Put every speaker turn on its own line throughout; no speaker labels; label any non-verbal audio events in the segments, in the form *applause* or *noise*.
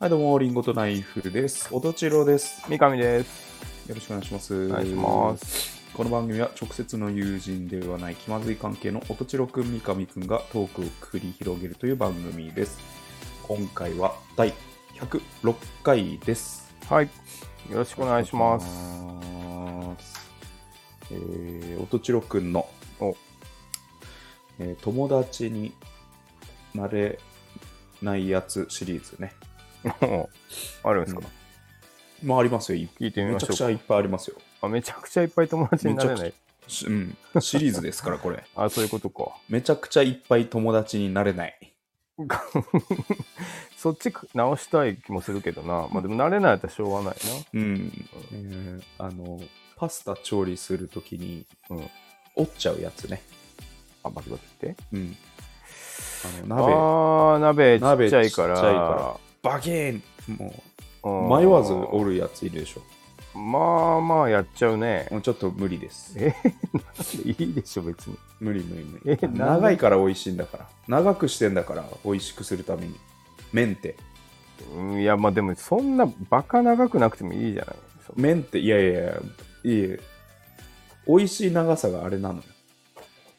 はい、どうも、リンゴとナイフです。おとちろです。
三上です。
よろしくお願いします。
お
お。
願いします
この番組は直接の友人ではない気まずい関係のおとちろくん、三上くんがトークを繰り広げるという番組です。今回は第106回です。
はい。よろしくお願いします。
お願いします。えー、おとちろくんの、
お
えー友達になれないやつシリーズね。
もうあるんですか、
まあありますよ。い
聞いてみ
め
ま
ち
し
ゃくち
ょう
ゃ
か
いっぱいありますよ。
あ。めちゃくちゃいっぱい友達になれない。
しうん、シリーズですから、これ。
あ、そういうことか。 *laughs*
めちゃくちゃいっぱい友達になれない。
そっち直したい気もするけどな。まあでも慣れないとしょうがない
うん。えーあの、パスタ調理するときに、
な。うん。
折っちゃうやつね。
あ、バキバキって。
うん。あ
あ
の、
ー、鍋ち
鍋、
っちゃいから。
ちっちゃいから。バキーンもう、
うん
迷わず折るやついるでしょ。
まあまあやっちゃう
*laughs*
ね。
もうちょっと無理です。
えいいでしょ、別に。
無理無理無理
え。
長いから美味しいんだから。長くしてんだから、美味しくするために。麺って。
うんいや、まあでもそんなバカ長くなくてもいいじゃない。そ
麺って、いやいやいや、いいえ美味しい長さがあれなの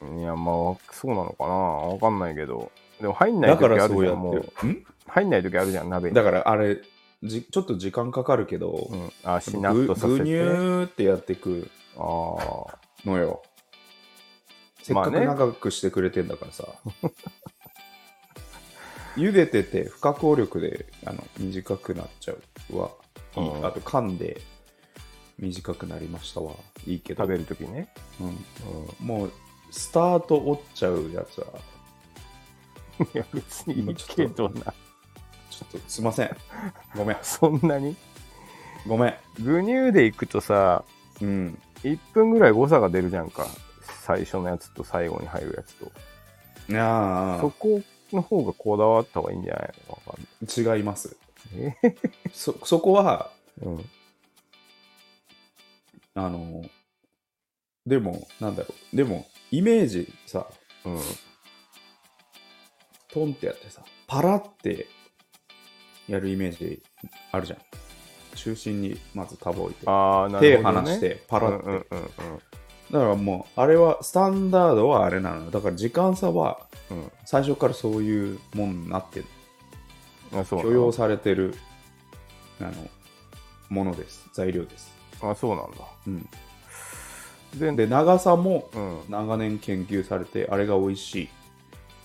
よ。
いや、まあ、そうなのかな。わかんないけど。でも入んない
だ
時
か
ある
らそう
じ
や
ゃ
っ
ん、もう。
てる。ん
入んない時あるじゃん、鍋に。
だからあれじ、ちょっと時間かかるけど、
うん、あ、しなっ
ぐ
とさ
ぐ
せ
にゅ
て。
ーってやってく
ああ。
のよ。せっ
ま
か
あ
く
ね
長くしてくれてんだからさ。 *laughs* 茹でてて不可抗力であの短くなっちゃうは、いい
うん
あと噛んで短くなりましたはいいけど
食、べる時ね。 *laughs*
うん
うん。
もうスタート折っちゃうやつは、
いや、別にいいけどな。
ちょっとすいません。ごめん、
そんなに
ごめん。
ぐにゅうでいくとさ、
うん、
1分ぐらい誤差が出るじゃんか。最初のやつと最後に入るやつと。
あ
そこの方がこだわった方がいいんじゃないのわかん
あ、違います。
ない。
そそこは
えうん。
あのでもなんだろうでもイメージさ
うん。
トンってやってさパラってやるイメージあるじゃん中心にまず束置いて
ああ、な
手
るほど、ね。
離してパ
う
ラ
ん
って、
うんうん
だからもうあれはスタンダードはあれなのよだから時間差は
うん。うん
最初からそういうもんになってる
あそうな
許
の
容されてるあのものです材料です、
あそうなんだ
うん、
全
で長さも
うんあ
長年研究されてあれが美味しい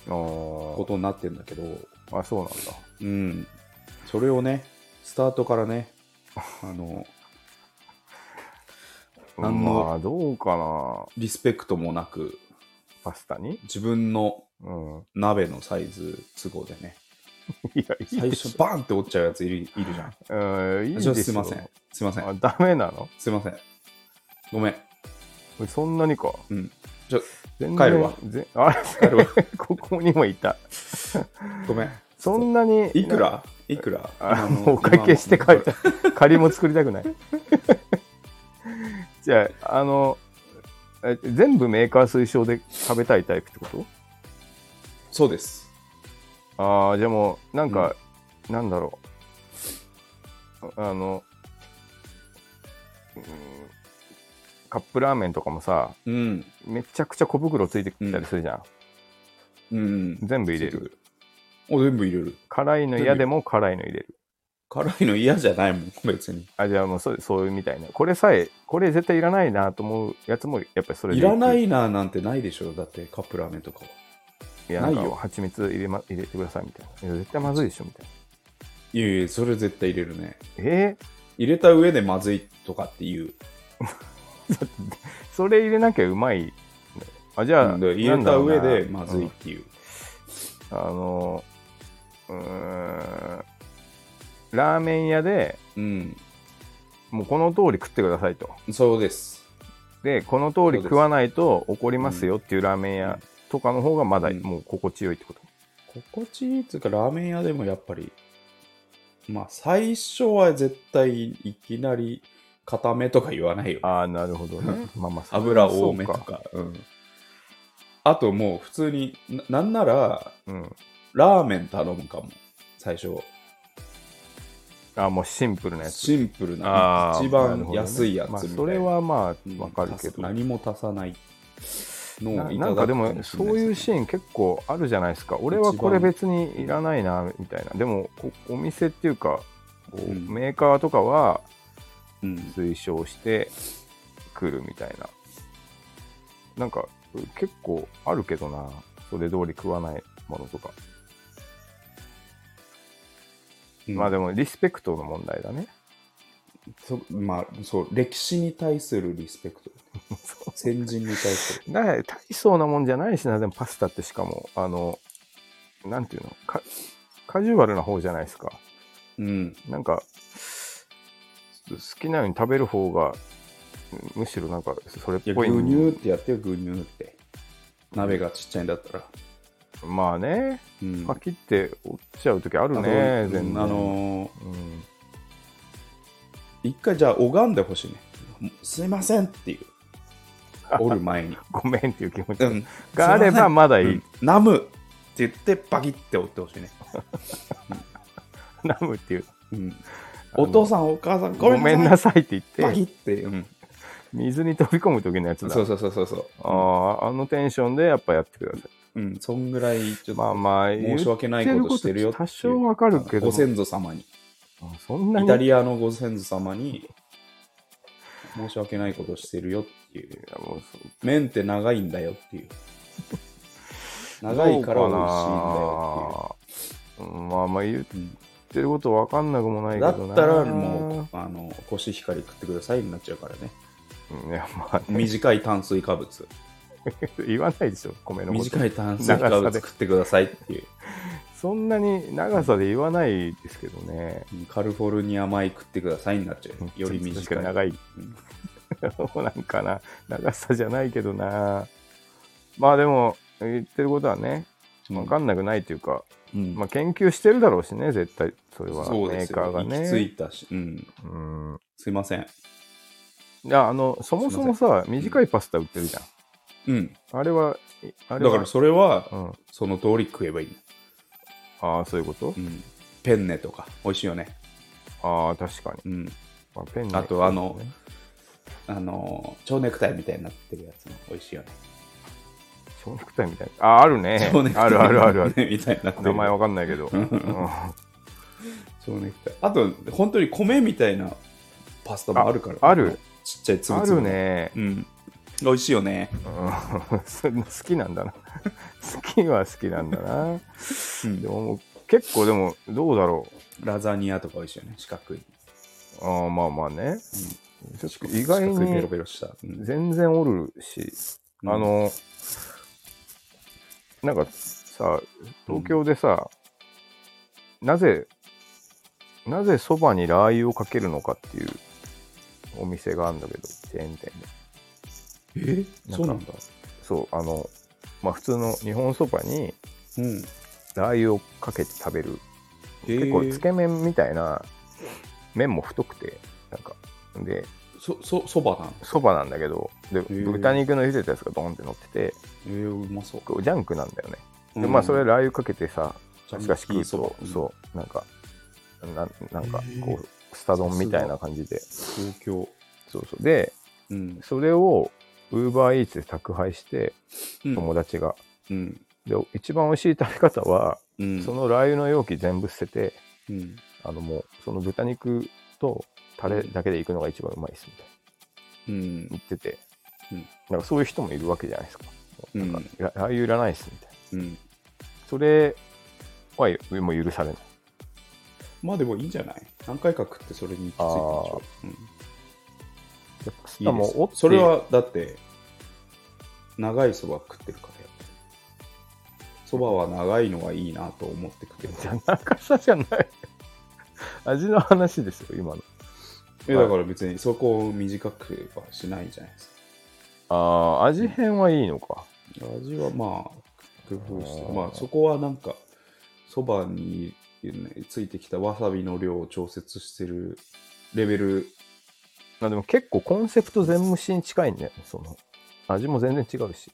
こ
ー
とになってんだけど、
あそうなんだ
うん、それをね、スタートからね、あの、なんの
まあどうかな
リスペクトもなく、
パスタに
自分の
うん *laughs*
鍋のサイズ都合でね、
いやいい
最
でしょ
初、バーンって折っちゃうやついるいるじゃん。
うんいいで
ち
す
ょ
よ
っとすいません。すいません。
あダメなの
すいません。ごめん。
そんなにか
うん。ちょ、
全然
帰るわ
ぜあ
帰るわ
*laughs*
*laughs*
ここにもいた
ごめん。
そんなに
いくらいくら
あ
あの
もうお会計して帰
今の
った仮も作りたくない *laughs* じゃああのえ全部メーカー推奨で食べたいタイプってこと
そうです。
ああ、じゃあもう、なんか、なんだろう。ああの、うんカップラーメンとかもさ、
うん。
めちゃくちゃ小袋ついてきたりするじゃん。
うん。
全部入れる。
お、全部入れる。
辛いの嫌でも辛いの入れる。
辛いの嫌じゃないもん、別に。
あ、じゃあもうそう、そういうみたいな。これさえ、これ絶対いらないなと思うやつも、やっぱりそれで
いらないいななんてないでしょ、だってカップラーメンとかは。
く。いや、なん
ない
か
よ
蜂蜜入れ,、ま、入れてくださいみたいな。いや、絶対まずいでしょみたいな。
いやいや、それ絶対入れるね。
え
入れた上でまずいとかっていう。
ー、それ入れなきゃうまい。あ、じゃあ、
うんで入
な
れ
んだ
た
ろうな
上でまずいっていう。
あの、うーん、ラーメン屋で
うん、
もうこの通り食ってくださいと。
そうです。
で、この通り食わないと怒りますよっていうラーメン
うん
屋とかの方がまだ
うん
もう心地よいってこと。
心地いいっていうか、ラーメン屋でもやっぱり、まあ、最初は絶対いきなり固めとか言わないよ。
ああ、なるほどね。まあまあ、そ
油多めと
そう
か。うん、あともう普通にな、なんなら
うん。
ラーメン頼むかも、最初。
あもうシンプルなやつ
シンプルな
あ、ー
一
なる
番
ほどね
安いやつみ
まあ
たいな。
それはま
うん
あわかるけ
足す
どな
何も足さないのをいただく
なんかでもそういうシ
ン
ーン結構あるじゃないですか俺はこれ別にいらないなみたいなでもこお店っていうかこう
うん
メーカーとかは
うん
推奨してくるみたいななんか結構あるけどなそれ通り食わないものとか、まあでもリスペクトの問題だね
そまあそう歴史に対するリスペクト
そう
先人に対する
な大層なもんじゃないしなでもパスタってしかもあのなんていうのかカジュアルな方じゃないですか
うん
なんか好きなように食べる方がむむしろなんかそれっ
いや
ぽい
グニューってやってよグニューって鍋がちっちゃいんだったら
まあね
うん
パキって折っちゃう時ある
あと
ね全
うん
然
あのー
うん
一回じゃあ拝んでほしいねすいませんって
*laughs*
いう折る前に
ごめんっていう気持ち
うん
があればまだい
すいません
い、
うんナムって言ってパキって折ってほしいね
ナムっていう
うんお父さんお母さん
ごめんなさいって言
パ
っ
キ
て
ってうん
水に飛び込む時のやつだ
そうそうそうそうそう
あーあのテンションでやっぱやってください
うんそんぐらいちょっと
まあまあ
申し訳ないことしてるよってい
多
う
少わかるけど
ご先祖様に
あそんな
イタ
に
リアのご先祖様に申し訳ないことしてるよっていう。
いやもうそう
麺って長いんだよっていう。長いから美味しいんだよ
そうかなうんまあまあ言っ
っていう。
てることわかんなくもな
う
い
ん
け
だ
どな
ったらもう、あの、コシヒカリ食ってくださいになっちゃうからね。
うんいや *laughs* まあ、ね、
短い炭水化物。
言わないでしょ米のこと
短い炭水化物食ってくださいっていう。
そんなに長さで言わないですけどね
うんカリフォルニア米食ってくださいになっちゃう。より
確か
短
に
い。
長い *laughs*
うん
なんかな長さじゃないけどなまあでも言ってることはねわかんなくないというか、
うん
まあ、研究してるだろうしね絶対それは
そう
メ
で
ー
す
カー
よ。
が
行
ね
き着いたし、うん。
うん
すいません。
いやあのそもそもさ短いパスタ売ってるじゃん
うん。
あれは、いあれ
だ
は
からそれは、
うん、
その通り食えばいいの。
ああ、そういうこと、
うん、ペンネとか美味しいよね、
ああ、確かに。
うん、
まあ、ペンネ
あとあのあのー蝶ネクタイみたいになってるやつも美味しいよね、
蝶ネクタイみたいな。ああ、あるね
蝶ネ。クタイ
あるあるあるあ
*laughs*
る。
みたいになってる
名前わかんないけど。うん
蝶ネクタイあと本当に米みたいなパスタもあるから
あある
ちっちゃい粒
あ
々
る
の
ね。
うん美味しいよね、
うんそんな好 *laughs* きなんだな。好きは好きなんだな。
うん
でももう結構でも、どうだろ
ラザニアとか美味しいよね四角い
あーまあまあね。ちょっと意
四角
外
いベロ
に
ベロした、うん
全然おるし、
うん
あの、なんかさ、東京でさ、なぜ、なぜそばにラー油をかけるのかっていうお店があるんだけど、チェーン店で。
え
なんか
そうなんだ
そう、あの、まあ普通の日本そばに
うん
ラー油をかけて食べる。
結
結構つけ麺みたいな、麺も太くて、なんか、で、
そそそばなんだ
そばなんだけど、で、
ー
豚肉の茹でたやつがドンって乗ってて、
えー、うまそう
こうジャンクなんだよね。でまあそれ
うん
ラー油かけてさ
ジャ
し
ンキー
かし食うと
そば
そうなんかななんか
へえ
こうスタ丼みたいな感じで
東京
そうそうで
うん
それをウーバーイーツで宅配して
うん
友達が、
うん
で一番美味しい食べ方は、
うん
そのラー油の容器全部捨てて
うん
あのもうその豚肉とタレだけでいくのが一番うまいですみたいな
うん
言ってて、
うん
なんかそういう人もいるわけじゃないですか,、
うん
なんかララー油いらないですみたいな
うん
それはもう許されない
まあでもいいんじゃない何回か食ってそれに行き着いたんでしょう。うん
やっぱし
いい
か
です
も折って
それはだって、長いそば食ってるからやっぱり。そばは長いのがいいなと思って食ってる。
*laughs* じゃ長さじゃない。味の話ですよ、今の。
えだから別にそこを短くはしないじゃないです
ああ、味変はいいのか。
か。味はまあ、工夫して
あ、ー
まあそこはなんか、そばに、ね、ついてきたわさびの量を調節してるレベル、
まあでも結構コンセプト全無視に近いんだよね、その。味も全然違うし。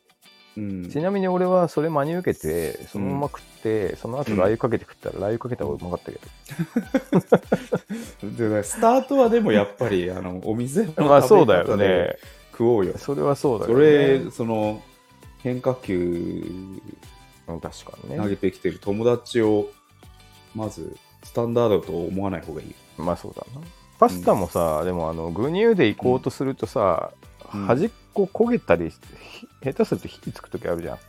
ううん
ちなみに俺はそれ真に受けてそのまま食って、その後
うん
ラー油かけて食ったらラー油かけた方がうまかったけど、
でスタートはでもやっぱ *laughs* りあのお店の
まあそ
食
う
べ
だよ
方
ね
で食おうよ。
それはそうだ
そ
よね
れ、その変化球
うん確かに
投
ね
げてきてる友達をまずスタンダードと思わない方がいいよ。
まあそうだなパスタもさ、でもあの具乳でいこうとするとさ、
うん
端っこ焦げたりしてひ下手すると火つく時あるじゃん
い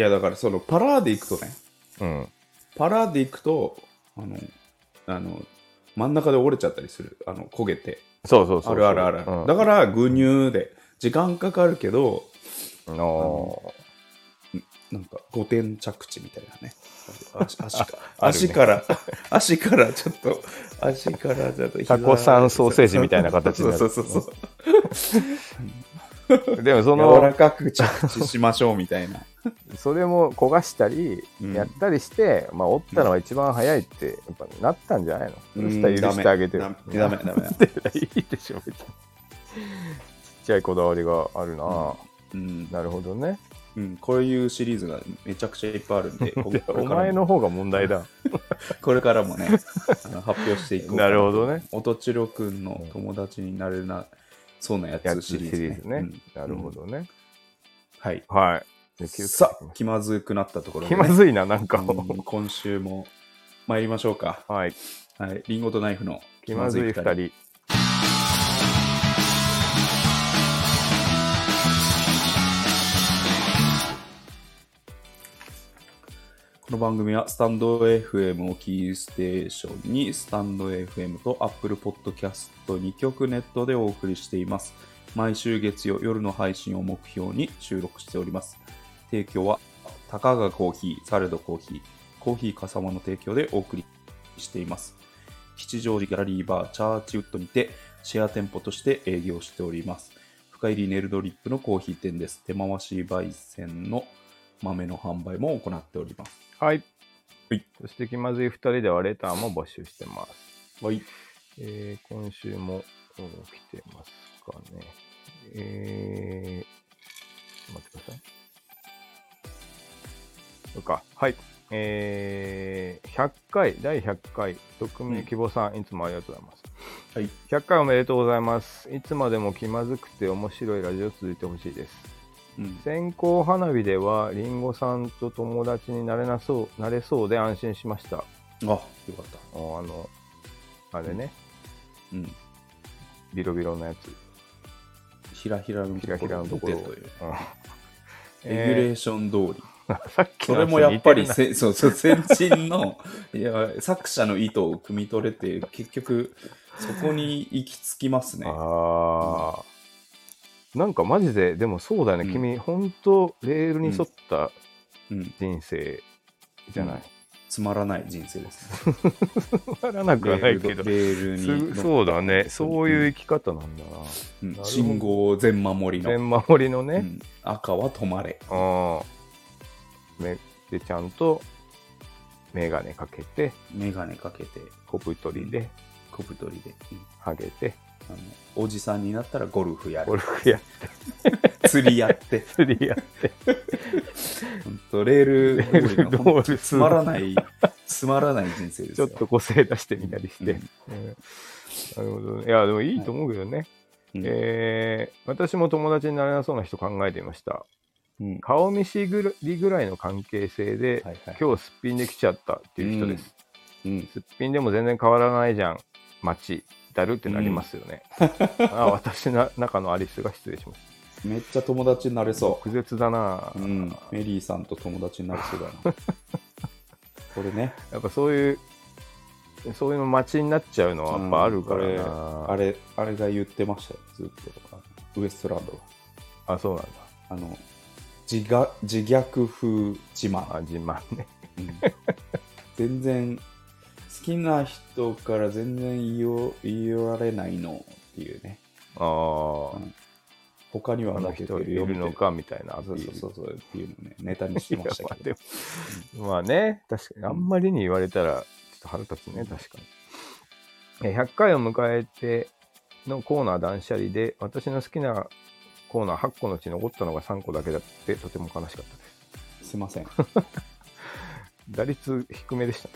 やだからそのパラーでいくとね、
うん
パラーでいくとあのあの真ん中で折れちゃったりする、あの焦げて。
そうそうそう
あるあるある。
うん
だから牛乳で時間かかるけど、
あの
なんか5点着地みたいなね。足足か
あるね
足から、足からちょっと、足からちょっと膝。
タコさんソーセージみたいな形になる
そうそうそうそう。
ーでもそ
柔
の
らかく着地しましょうみたいな。
それも焦がしたり
うん
やったりして、まあ折ったのが一番早いってやっぱなったんじゃないの、そしたら許してあげて
ダメダメダメダメ。
*laughs* いいでしょ別にちっちゃいこだわりがあるな、
うん
なるほどね
うん、こういうシリーズがめちゃくちゃいっぱいあるんで、ここれから
*laughs* お
も
前の方が問題だ
これからもね、あの発表していこうか
なるほどね。
音千代くんの友達になれなそうなや
や
つ
つシ
シ
リ
リーズね。
ーズね、
うん
なるほ。どね、
はい。
はい
さあ、気まずくなったところ
気
で、
ま
ね、
ずいななんか、
うん今週も参りましょうか。
はい
はい。リンゴとナイフの
気まずい
気まず
2人
この番組はスタンド FM をキーステーションにスタンド FM と Apple Podcast2 曲ネットでお送りしています。毎週月曜夜の配信を目標に収録しております。提供はたかがコーヒー、サレドコーヒー、コーヒーかさまの提供でお送りしています。吉祥寺ギャラリーバーチャーチウッドにてシェア店舗として営業しております。深入りネルドリップのコーヒー店です。手回し焙煎の豆の販売も行っております。
はい、
はい
そして気まずい2人ではレターも募集してます、
はい。
えー今週もうん来てますかねえー、待ってくださいそうかはいえー、100回第100回匿名希望さん、いつもありがとうございます
はい。
100回おめでとうございますいつまでも気まずくて面白いラジオ続いてほしいです
うん。
線香花火ではりんごさんと友達になれなそうなれそうで安心しましたあ
あ、よかった。
あのあれね
うん。
ビロビロのやつ
ひらひらの
ひらひらのところ
出てるという
うん
レギュレーション通り。
*laughs* さっき
そ
の
れ
やつ
もやっぱり
似てる *laughs*
せ、そうそう、先人の、いや、作者の意図を汲み取れて、結局、そこに行き着きますね
な。あーなんかマジででもそうだね、
うん
君ほんとレールに沿った
うん。
人生じゃない、
つまらない人生です。
*laughs* つまらなくはないけど
レールに。
すそうだねそういう生き方なんだな、
うん。
なるほど
信号全守りの。
全守りのね、
うん赤は止まれ。
ああ。めで、ちゃんと、メガネかけて、
メガネかけて、
小太りで、
小太りで。うん
ハゲて、
あのおじさんになったらゴルフや
ゴ
る。
ルフや、
釣りやって。
釣りや、
ほんとレール
レール
通りの
通り
つまらない、つまらない人生です
ちょ
よ。
っと個性出してみたりして
うん。
うんなるほどね。いや、でもいいと思うけどね。
うん
えー私も友達になれなそうな人考えていました。
うん
顔見知りぐらいの関係性で、
はいはい
今日すっぴんできちゃったっていう人です。
うん
すっぴんでも全然変わらないじゃん。街、だるってなりますよね。あ私の中のアリスが失礼しました。
めっちゃ友達になれそ
苦絶だな、
う。うん、メリーさんと友達になれそうだな。これね、
やっぱそういうそういうの待ちになっちゃうのはやっぱあるからな、
うんあ
あ
れ、あれが言ってましたよ、ずっと。あのウエストランドが。
あそうなんだ
あの、自が自虐風自慢。
あ自慢ね
うん全然、好きな人から全然言いよ言い寄られないのっていうね。
ああ、
うん他には
あの
負けて
人い
るよ
るのかみたいな
そうそうそううそうっていうのね、ネタにしてました *laughs* けど。
まあ *laughs* ね確かにあんまりに言われたらちょっと腹立つね確かにえ100回を迎えてのコーナー断捨離で私の好きなコーナー8個のうち残ったのが3個だけだってとても悲しかったです。
すいません。めっ
打率低めでしたね。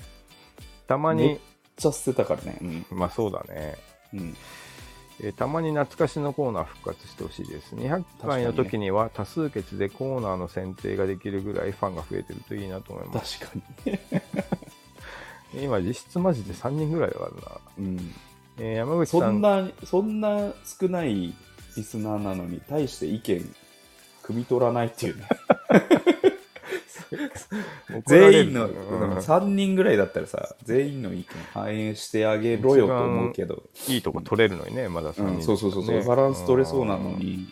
たま
ね
に、
ちゃ捨てたからね。うん。
まあそうだね。
うん。
えーたまに懐かしのコーナー復活してほしいです。200回の時には多数決でコーナーの選定ができるぐらいファンが増えてるといいなと思います。
確かに。
今実質マジで3人ぐらいだからな。
うん。
えー山口
そ
さん
んな、そんな少ないリスナーなのに、対して意見、汲み取らないって *laughs* いうね。
怒られ
全
る
員の、
うん
3人ぐらいだったらさ、全員の意見反映してあげろよと思うけど、
いいとこ取れるのにね、まだ3人
う
だとね、
ん、そうそうそうそう、バランス取れそうなのに、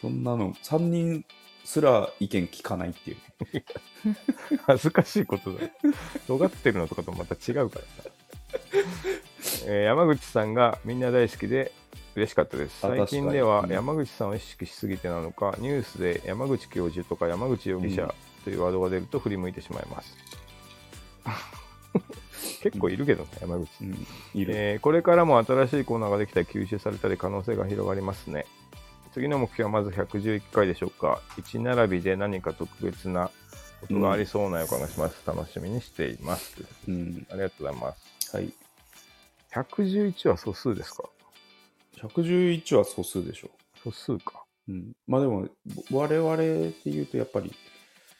そんなの、3人すら意見聞かないっていうね。
うん。 *laughs* 恥ずかしいことだよ。尖ってるのとかとまた違うからさ。 *laughs* えー山口さんがみんな大好きで嬉しかったです。
あ
最近
確かに
では
うん
山口さんを意識しすぎてなのか、ニュースで山口教授とか山口容疑
うん
者というワードが出ると振り向いてしまい
*laughs*
ます。結構いるけどね、山口。
うん、いる。
えーこれからも新しいコーナーができたり吸収されたり可能性が広がりますね次の目標はまず111回でしょうか1並びで何か特別なことがありそうな予感がします、楽しみにしています
うん、
ありがとうございます
はい。
111は素数ですか
111は素数でしょ。
素数か
うん、まあでも、ぼ我々っていうと、やっぱり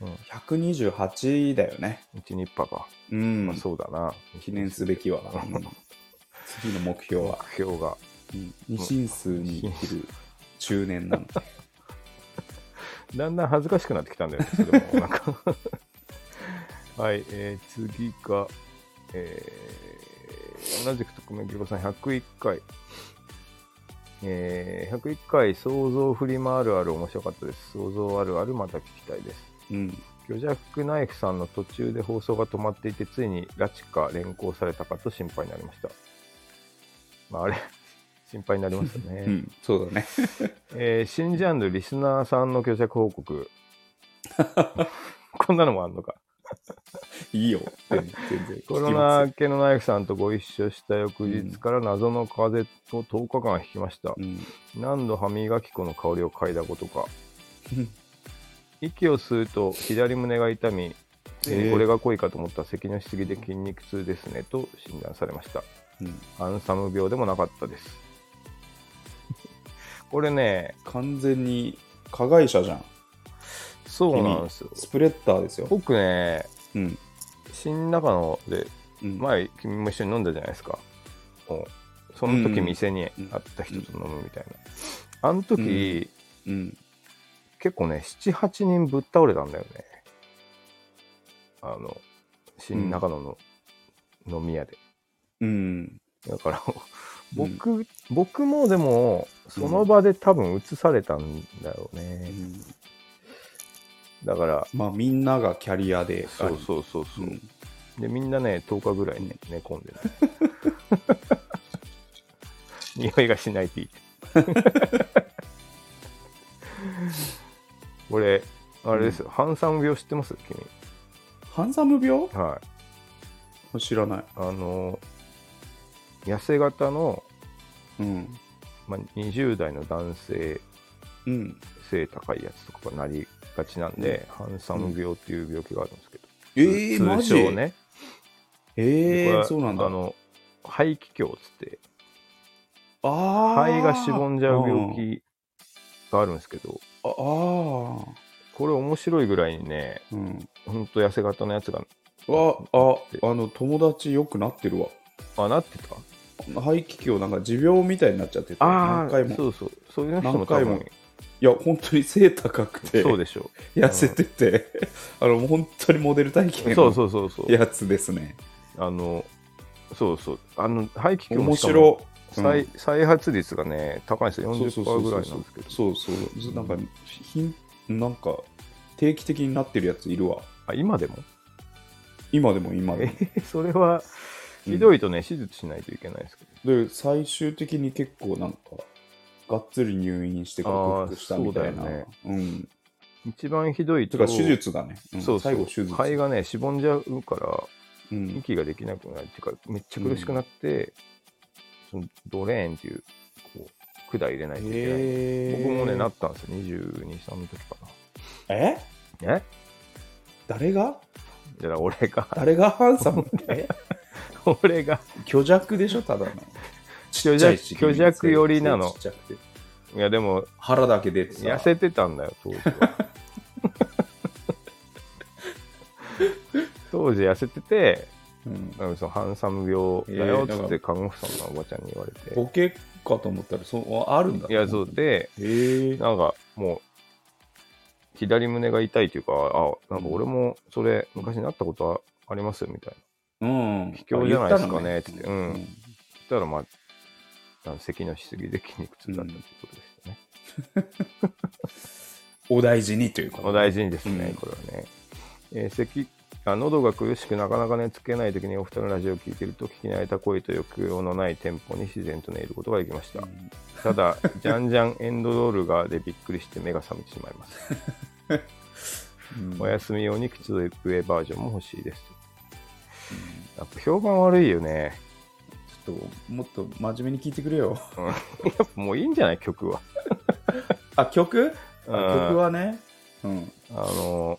うん
128だよね。
12パか、
うん、
まあそうだな
記念すべ
*laughs*
きは、うん次の目標は、
目標が
うん二進数に生きる中年なの。
だんだん恥ずかしくなってきたんだよねそれもなんか *laughs* はい、えー次が、えー同じく特命子さん101回、えー101回想像振り回あるある面白かったです想像あるあるまた聞きたいです
うん、
魚弱ナイフさんの途中で放送が止まっていてついに拉致か連行されたかと心配になりました、まあ、あれ *laughs* 心配になりましたね、
うん、そうだね。 *laughs*
えー新ジャンルリスナーさんの虚弱報告 *laughs* こんなのもあんのか
いいよ、全然全然。
*laughs* コロナ明けのナイフさんとご一緒した翌日から謎の風邪を10日間引きました、
聞きま
何度歯磨き粉の香りを嗅いだことか
す、うん、
息を吸うと左胸が痛みついにこれが濃いかと思ったら咳のしすぎで筋肉痛ですねと診断されました
うん
アンサム病でもなかったです *laughs* これね
完全に加害者じゃん。
そうなんですよ
スプレッターですよ。
僕ね
うん、
新中野で
うん、
前君も一緒に飲んだじゃないですかもうその時店にあった人と飲むみたいな、あの時、
うんうん、
結構ね78人ぶっ倒れたんだよねあの新中野の飲み屋で、
うん、
だから僕、僕もでもその場で多分移されたんだよ
う
ね、
ん
だから
まあ、みんながキャリアであ
そ
り。
うそうそ
うん
でみんなね10日ぐらいね寝込んで
*laughs*
ね匂いがしないっていいこれあれですよ、ハンサム病知ってます君
ハンサム病
はい
知らない。
あの痩せ型の、
うん。
まあ、20代の男性
うん。
背高いやつとかがなりがちなんで、ハンサム病っていう病気があるんですけど、
えー、マ
通
ジ
称ね
え
でこ
ー、
れ
そうなんだ。
あの肺気胸っつって
あー
肺がしぼんじゃう病。気があるんですけど、
ああ
これ面白いぐらいにね、
ー。うん。
ほんと痩せ型のやつが、
わあ、あの、友達よくなってるわ。
あ、なってた
肺気球なんか持病みたいになっちゃってて、何回も。
そうそう。そういう人も
何
多
回も
分、
いや、本当に背高くて、
そうでしょ
痩せてて、あの、本当にモデル体型
う。
の
そうそうそうそう。
やつですね。
あの、そうそう。あの、肺気胸
面
もしか
白
も
い。
再、
うん
再発率がね、高いんですよ。
そうそう
40%ぐらいなんですけど。
そうそうそうずなんか、ひんなんか、定期的になってるやついるわ。
あ、今でも
今でも今でも。
えそれは、 *laughs* ひどいとね、手術しないといけないですけど。
で最終的に結構なんかがっつり入院してから
あー
克服したみたいな
そうだよね
うん
一番ひどい
て
と、
か手術だね、うん
そうそう
最後手術
肺がね、しぼんじゃうから、
うん、
息ができなくなるっていうかめっちゃ苦しくなって、そのドレーンっていうこう管入れないといけない。
え
僕もね、なったんですよ。22、3の時か
え
な。え
誰が
じゃあ俺
*laughs*
が、
誰がハンサ
*laughs*
ムえ
俺が、
虚弱でしょただの
弱虚弱寄りなの
ちっちゃくて
いやでも、
腹だけ出てさ
痩せてたんだよ、当時
*laughs*
は。当時痩せてて、
うん
なんかそのハンサム病だよっつって看護婦さんのおばちゃんに言われて。
ボケかと思ったらそうああるんだ
いや、そうで、
へえ
なんかもう、左胸が痛いというか、あ、なんか俺もそれ、昔なったことあありますみたいな。
うん
卑怯じゃないですかね
あ言
つって
たのね
そしたら、まあ、あの咳のしすぎで筋肉痛だったということですよね。
お大事にということ
お大事にですね、
うん
これはね。えー咳あ喉が苦しくなかなか寝つけないときにお二人のラジオを聞いてると聞き慣れた声と抑揚のないテンポに自然と寝ることができました
う。ん
ただ、じゃんじゃんエンドロールがでびっくりして目が覚めてしまいます。
うん
お休み用に口笛バージョンも欲しいです。やっぱ評判悪いよね。 *laughs*
ちょっともっと真面目に聞いてくれよ
うんやっぱもういいんじゃない曲は。
あ曲あ
うん
曲はねうん
あの、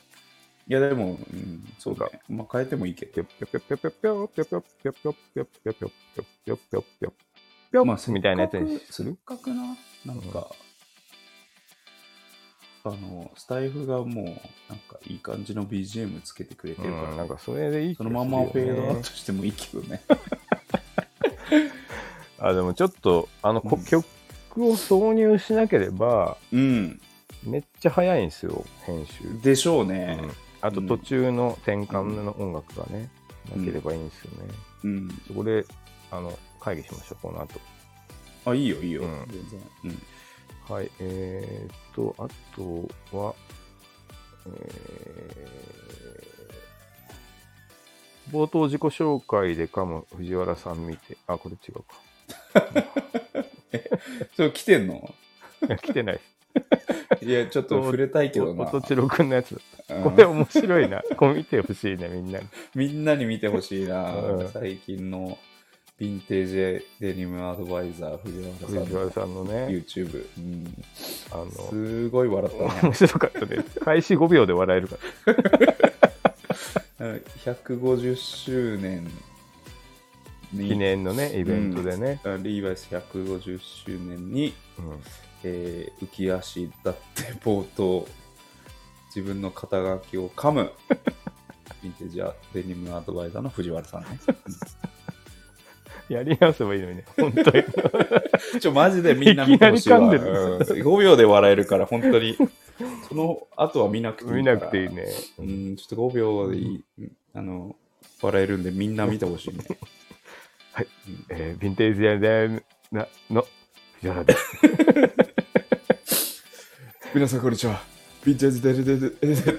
いやでも、うん、そうか、まあ、変えてもいいけ
ぴょぴょぴょぴょぴょぴょぴょぴょぴょぴょぴょぴょぴょぴょぴょぴょぴょ
まあ
みたいなやつにす
せっ
る
かくな、なんか、あの、スタイフがもう、なんかいい感じの BGM つけてくれて
う
るから、
ん、なんかそれでいい気
そ
が
の
するよ
ま
ね
まフェードアウトしてもいいけどね。
あ、でもちょっと、あの、こ
うん
曲を挿入しなければ、
うん、
めっちゃ早いんですよ、編集。
でしょう
う
ね。
んあと途中の転換の音楽がね、なければいいんですよね。
うん。
そこで、あの、会議しましょう、この後。
あ、いいよ、いいよ、
うん
全然。うん。
はい、えー、っと、あとは、えー、冒頭自己紹介で噛む藤原さん見て、あ、これ違うか。
それ来てんの
い *laughs* や来てない。
いや、ちょっと触れたいけど
お
な。
とちろくんのやつ。
うん
これ面白いな。これ見てほしいね、みんなに。
みんなに見てほしいな、
うん
最近のヴィンテージデニムアドバイザー藤原さん
藤
の
原さんのね、
YouTube。うん
あの、
すごい笑ったね。
面白かったです。開始5秒で笑えるから。
うん150周年に
記念のね、イベントでね。
あリーバイス150周年に、
うん
えー浮き足だって冒頭自分の肩書きを
*laughs*
噛むヴィンテージアデニムアドバイザーの藤原さんね
やり直せばいいのにね、本当に。
ちょマジでみんな見てほしいわ
いきなり噛んでる
うん5秒で笑えるから本当にその後は見なくていい
見
から
なくていいね。
うんちょっと5秒でいい、あの笑えるんでみんな見てほしいね
はい、
うん
えー、ヴィンテージやで、な、の、藤原です。
皆さん、こんにちは。ヴィンテージデリデデ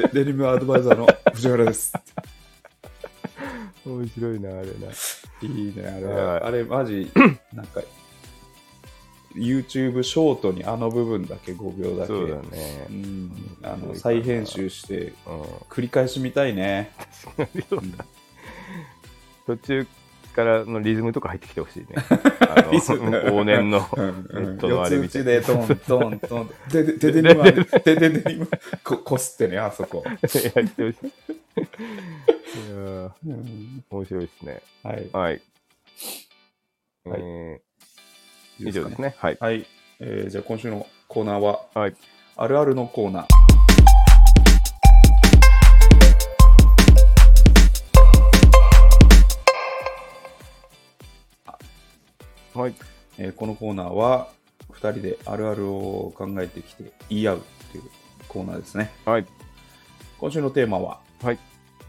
デニムアドバイザーの藤原です。
*laughs* 面白いな、あれな。
いいね、あれ。
はい
あれ、
*clears throat*
マジ、なんか、YouTube ショートにあの部分だけ5秒だけ。
そうだ
う
ね。
ん、あの再編集して、
うん。
繰り返し見たいね。
途中からのリズムとか入ってきてほしい *laughs* ね。あの
リズム
往年の
う
ネ
んう
ッ
ん
トのあれ
四
みた
つ打
い
ちで
な。
トントントンで
*laughs*
ででデニムあるででデニムここすってねあそこ、
やってほしい。いやー
うん
面白いですね。
はい
はい。
はい
えー以上ですね。はい。
はい、えーじゃあ今週のコーナーは
はい。
あるあるのコーナー。
はい。
えーこのコーナーは、2人であるあるを考えてきて言い合うというコーナーですね。
はい。
今週のテーマは、
はい。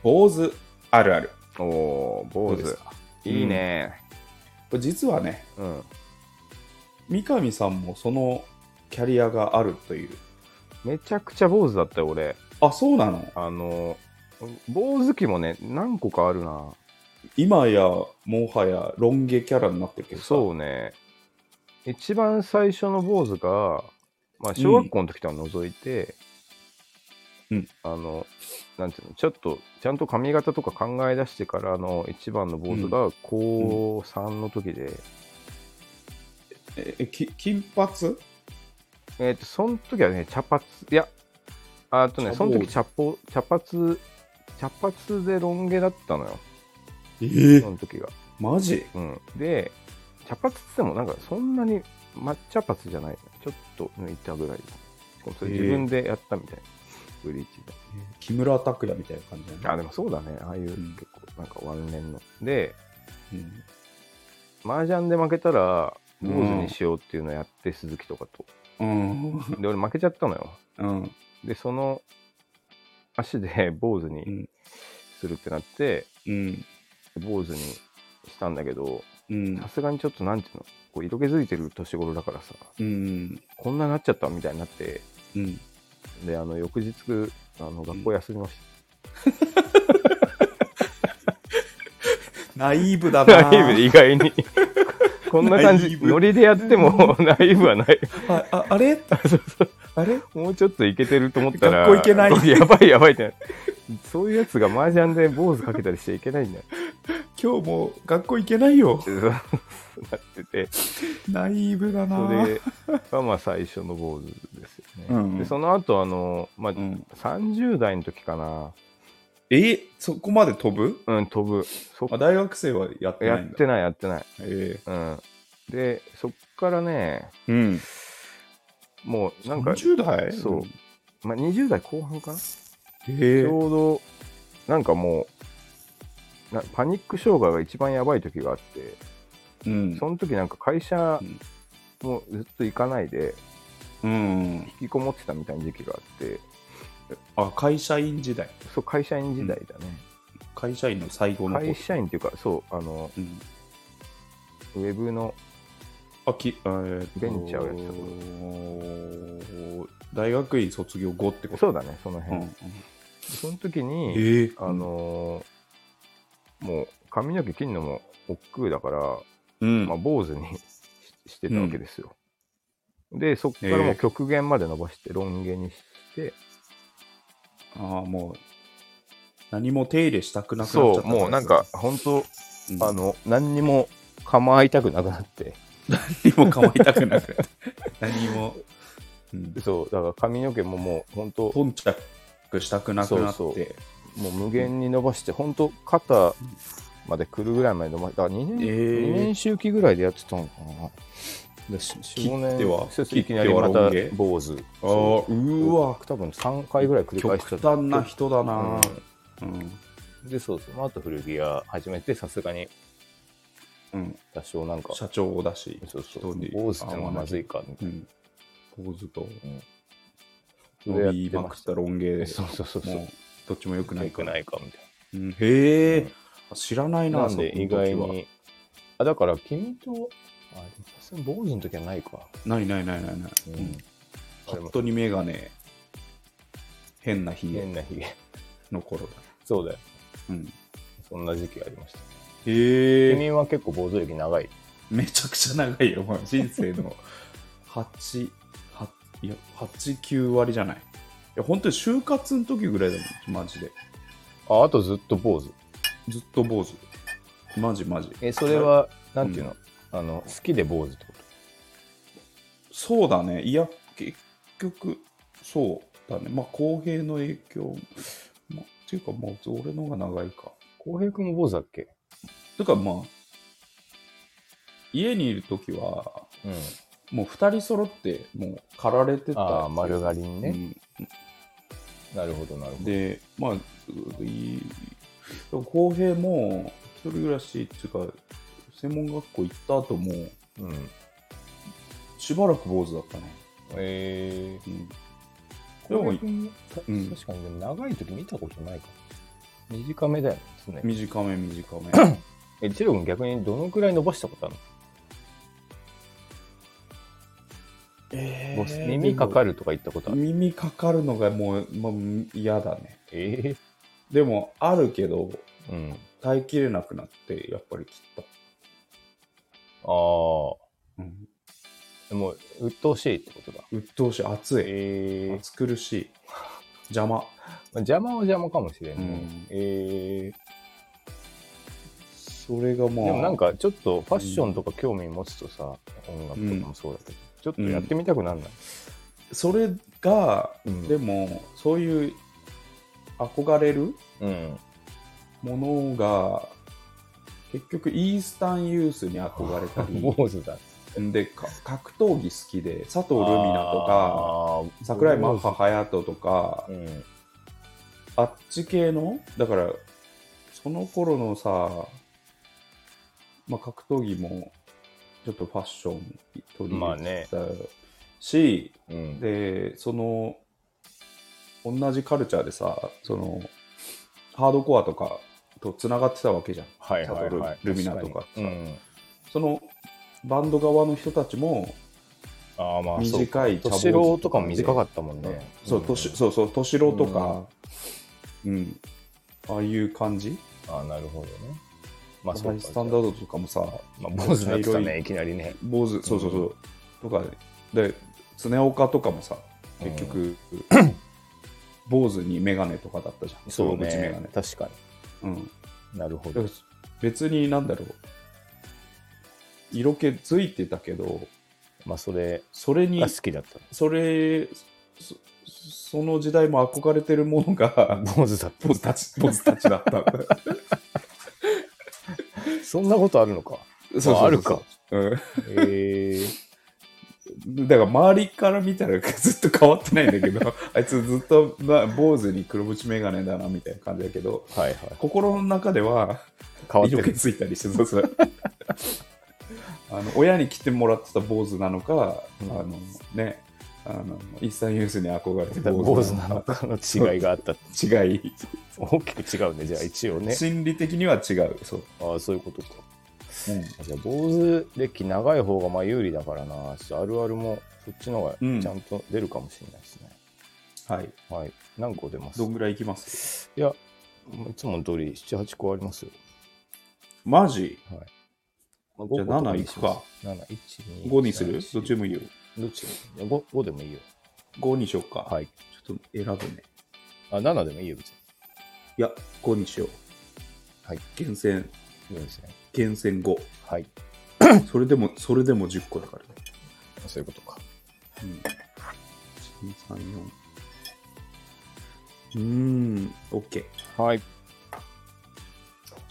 坊主あるある。
おー、
ど
坊
うです
主。
か
いいね。
これ実はね、
うん。
三上さんもそのキャリアがあるという。
めちゃくちゃ坊主だったよ、俺。
あ、そうなの
あの、坊主期もね、何個かあるな。
今や、もはやロン毛キャラになってるけどさ
そうね。一番最初の坊主が、まあ、小学校の時とは除いて、
うん
あの、なんていうの、ちょっと、ちゃんと髪型とか考え出してからの一番の坊主が、高3の時で、
ええき金髪
えっ、と、その時はね、茶髪、いや、あとね、
茶
そ
坊主
の時茶ぽ茶髪、茶髪でロン毛だったのよ、
ええ
その時が。
マジ
うん。で、茶髪ってっても、なんかそんなに抹茶髪じゃない、ちょっと抜いたぐらい。しかもそれ自分でやったみたいな、ブリーチで。
木村拓哉みたいな感じだ
あ、
ね。
でもそうだね、ああいう
うん
結構、なんかワンレンの。で、
うん
麻雀で負けたら、坊主にしようっていうのをやって、鈴木とかと。
うん。
で、俺負けちゃったのよ。
うん。
で、その足で坊主
う
に
ん
するってなって、
うん。
坊主にしたんだけど、
うん
さ。すがにちょっとなんていうの、こう色気づいてる年頃だからさ、
うん。
こんなになっちゃったみたいになって、 *laughs*
うん。
で、あの、翌日、あの、学校休みまし
ナイーブだ
た。 *laughs*
な。
ナイーブで意外に。こんな感
ナイ
じ、
ーブ
ノリでやって
*laughs*
も、ナイーブはない。
ああ
*laughs*
あれあれ
もうちょっといけてると思ったら、
学校行けない
これ *laughs* やばいやばいってなる。そういうやつが麻雀で坊主かけたりしちゃいけないんだよ。 *laughs*
今日もう学校行けないよ。
そうなってて。
ナイーブだな。
それがまあ最初の坊主ですよね。
うん
でその後あの、まあ
うん、
30代の時かな、
えそこまで飛ぶ
うん、飛ぶ。そっ
あ大学生はやって
や
ないん
っ
だ。
てない、やってない。
え
うん、で、そっからね、
えうん。
もうなんか、
30代
そう。まあ、20代後半かな、
ええ
ちょうど、なんかもうな、パニック障害が一番やばい時があって、
うん。
その時なんか会社
うん
もうずっと行かないで、
うん。
引きこもってたみたいな時期があって、
あ、会社員時代。
そう会社員時代だね。
会社員の最後の方
会。社員っていうか、そう、あの、
うん
ウェブの、
あきえーっと
ベンチャーをやってた
大学院卒業後ってこと
そうだね、その
うん
辺。
うん
その時に、
ええ
あ、のーもう髪の毛切るのも億劫だから、
うん
まあ、坊主に *laughs* ししてたわけですよ。で、そっからも
え
う
ー
極限まで伸ばして、ロン毛にして、
ああ、もう、何も手入れしたくなくなっちゃ
そ
った
う、もうなんか、、本当、
うん
あの、何にも構いたくなくなって、
何も構いたくなくなった。 *laughs* 何も、うん、
そう、だから髪の毛ももう、本当、
頓着したくなくなって、
そうそうもう無限に伸ばして、本当、肩まで来るぐらいまで伸ばして、だから2年、
えー
二年周期ぐらいでやってたのかな。
でし切
4
っ
5年
ては、
そうそう
切
い
っ
き
て
なりま
はロ
た
ン毛
坊主。
ああ、うーわ、
多分3回ぐらい繰り返しちゃ
極
った。
端な人だな。うん。
で、そうそう。まああと古着屋始めて、さすがに
うん、
多少なんか、
社長だし、
そうそう。
人に
坊主ってのはまずいか、みた
う
い
ん、ポーズと、
な。
伸びまくったロン毛
う
で
ん、そうそうそうそう。
もうどっちも良くない
良
か
く
ら。
ないか、みたい
うん、へえ、
うん
あ知らない
な。
な、
なんで、意
その時
外
は。
に。あ、だから、君と、あ、でもさすがに坊主の時はないか。
ないないないないない。
う
うん
ん。
本当にメガネ、変なひげ
変なひげ。 *laughs*
の頃だ。
そうだよ。
うん、
そんな時期ありました。
へえ、
君は結構坊主歴長い。
めちゃくちゃ長いよ、もう人
*laughs*
生の8、8いや、8、9割じゃない。いや、本当に就活の時ぐらいだもん、マジで。
あ、あとずっと坊主。
ずっと坊主。マジマジ。
え、それは、なんていうのあの、好きで坊主ってこと
そうだね。いや、結局、そうだね。まあ、公平の影響、まあ、っていうか、もう俺の方が長いか。
浩平君も坊主だっけ
てか、まあ、家にいるときは、
うん。
もう2人揃って、もう、駆られてた。
ああ、丸刈りにね。
う
なるほど、なるほ
ん
ど。
で、まあ、ういいでも公平も、一人暮らしっていうか、専門学校行った後も、
うん。
しばらく坊主だったね。
え
うん
ー、でも、た
うん
確かにでも長い時見たことないかも。短めだよね、常に。
短め、短め。
*coughs* え、チロ君逆にどのくらい伸ばしたことある
え
の、耳かかるとか言ったことある
耳かかるのがもう、まあ、嫌だね。
え
でも、あるけど、
えうん。
耐えきれなくなって、やっぱり切っ
ああ。
た。うん。
でも、鬱陶しいってことだ。
鬱陶しい、暑い、
ええ
暑苦しい、邪魔。
まあ、邪魔は邪魔かもしれんね。
うん
ええ
それがまあ、
でもなんかちょっとファッションとか興味持つとさ、音楽とかもそうだけど、ちょっとやってみたくなんない、
それが、
うん
でも、そういう憧れる
うん、
ものが、結局、イースタンユースに憧れ
*laughs*
た
坊
り、
主だ
で、か格闘技好きで、佐藤ルミナとか、桜井マッハ隼人とか
う、ん
あっち系の、だから、その頃のさ、まあ、格闘技も、ちょっとファッション取り
まあ
入れ
ね
てたし、
うん
でその同じカルチャーでさそのハードコアとかとつながってたわけじゃん
はいはいはい
ルルミナとか
確にうん
そのバンド側の人たちも
ああまあそうか
短い茶坊主
敏郎とかも短かったもんね、
そう
うん
年そうそう敏郎とかうん、ああいう感じ
ああなるほどねま
ハ
あそう
イ
か
スタンダードとかもさ
まあ、坊主になってた
茶色
ね
い
いきなりね
坊主そうそうそう、とかで常岡とかもさ結局、 *clears throat* 坊主に眼鏡とかだったじゃん
そう
黒縁眼
ね
鏡
確か
うん
になるほ
だ
ど
から別になんだろう色気づいてたけど
まあそれ
それに
が好きだった
それそその時代も憧れてるものが
坊主だっ
ボスたちボスたちだったんだ
たそんなことあるの
*laughs*
か
そうそうそう
*laughs* あるか、
う
ええ
ん、だから周りから見たらずっと変わってないんだけ
*laughs*
どあいつずっと、まあ、坊主に黒縁眼鏡だなみたいな感じだけど
はいはい
心の中では
変わって
色気
る
づいたりしてそうそうあの親に来てもらってた坊主なのか、
うん
あのねあの一切ユースに憧れてた
坊主なのかの違いがあったって
違い、
大きく違うねじゃあ一
*laughs*
応ね
心理的には違うそう、
ああそういうことかじゃあ坊主歴長い方がまあ有利だからなちょっとあるあるもそっちの方
うん
がちゃんと出るかもしれないですね、
はい
はい何個出ます
どん
い
ぐらいいきます
やいつもの通り78個ありますよ、
マジ
はいまあ五
じゃあ
個とか
7
に
いく
し
か
ます7 1 2
5にする
3
どっちでもいいよ
どっちでも 5, 5でもいいよ
5にしようか、
はい
ちょっと選ぶね
あ7でもいいよ別に
いや5にしよう
はい
厳選
いいですね
厳選5
はい
それでもそれでも10個だからね
そういうことか
うん。3、4。うーん、OK。
はい
じゃ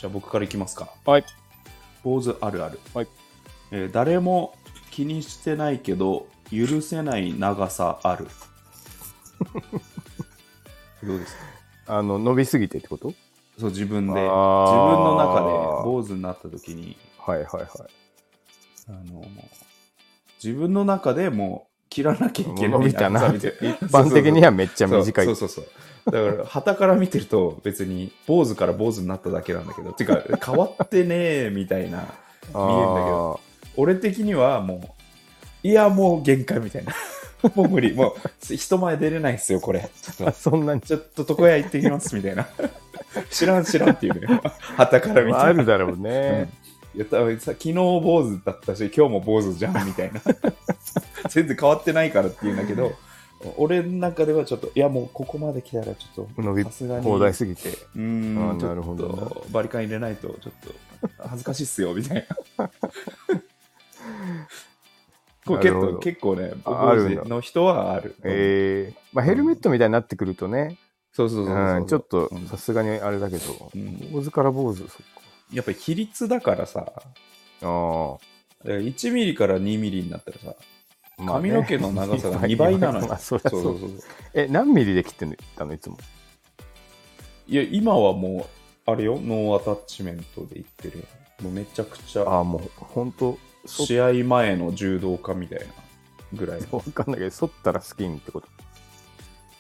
あ僕からいきますか。
はい
坊主あるある。
はい
えー誰も気にしてないけど、許せない長さあ
*laughs*
る。どうですか
あの伸びすぎてってこと
そう、自分で。自
あ
分
ー
の中で坊主になった時に、
はいはいはい
あの、自分の中でもう切らなきゃいけな
伸
い
びたな
長さ
み
み
た
た
いな
いな。
*laughs* 一般的にはめっちゃ
そう
短い
そうそうそうだから旗から見てると別に坊主から坊主になっただけなんだけどてか変わってねえみたいな見えるんだけど俺的にはもういやもう限界みたいなもう無理もう人前出れないっすよこれちょ
あ
っ
*laughs*
と
そんなに
ちょっと床屋行ってきますみたいな知らん知らんっていうね旗から見て
まああるだろう *laughs* ね、
いや多分さ昨日坊主だったし今日も坊主じゃんみたい
*laughs*
な全然変わってないからっていうんだけど俺の中ではちょっといやもうここまで来たらちょっと
伸び
さすがに
放題すぎて
う
あ
ー
ー
んち
なる
ょ
ほ
っ
どな
とバリカン入れないとちょっと恥ずかしいっすよみたいな
*laughs*
これ
な
結
るほ
構
ど
結構ね
ああ
坊
るん
主
だ
の人はある
えーまあ、ヘルメットみたいになってくるとね、
そうそうそうそう
うん、ちょっと
うん
さすがにあれだけど、
うん
坊主から坊主そっか
やっぱり比率だからさ
あ
1ミリから2ミリになったらさ
あ、
髪の毛の
*laughs*
長さが2倍なのよ
あそりゃ
そ
そうう
そうそうそう
え何ミリで切ってたのいつも
いや、今はもう、あれよ、ノーアタッチメントでいってるよ。もうめちゃくち
あ
ゃ、
あもう本当
試合前の柔道家みたいなぐらい。
分かんないけど剃ったらスキンってこと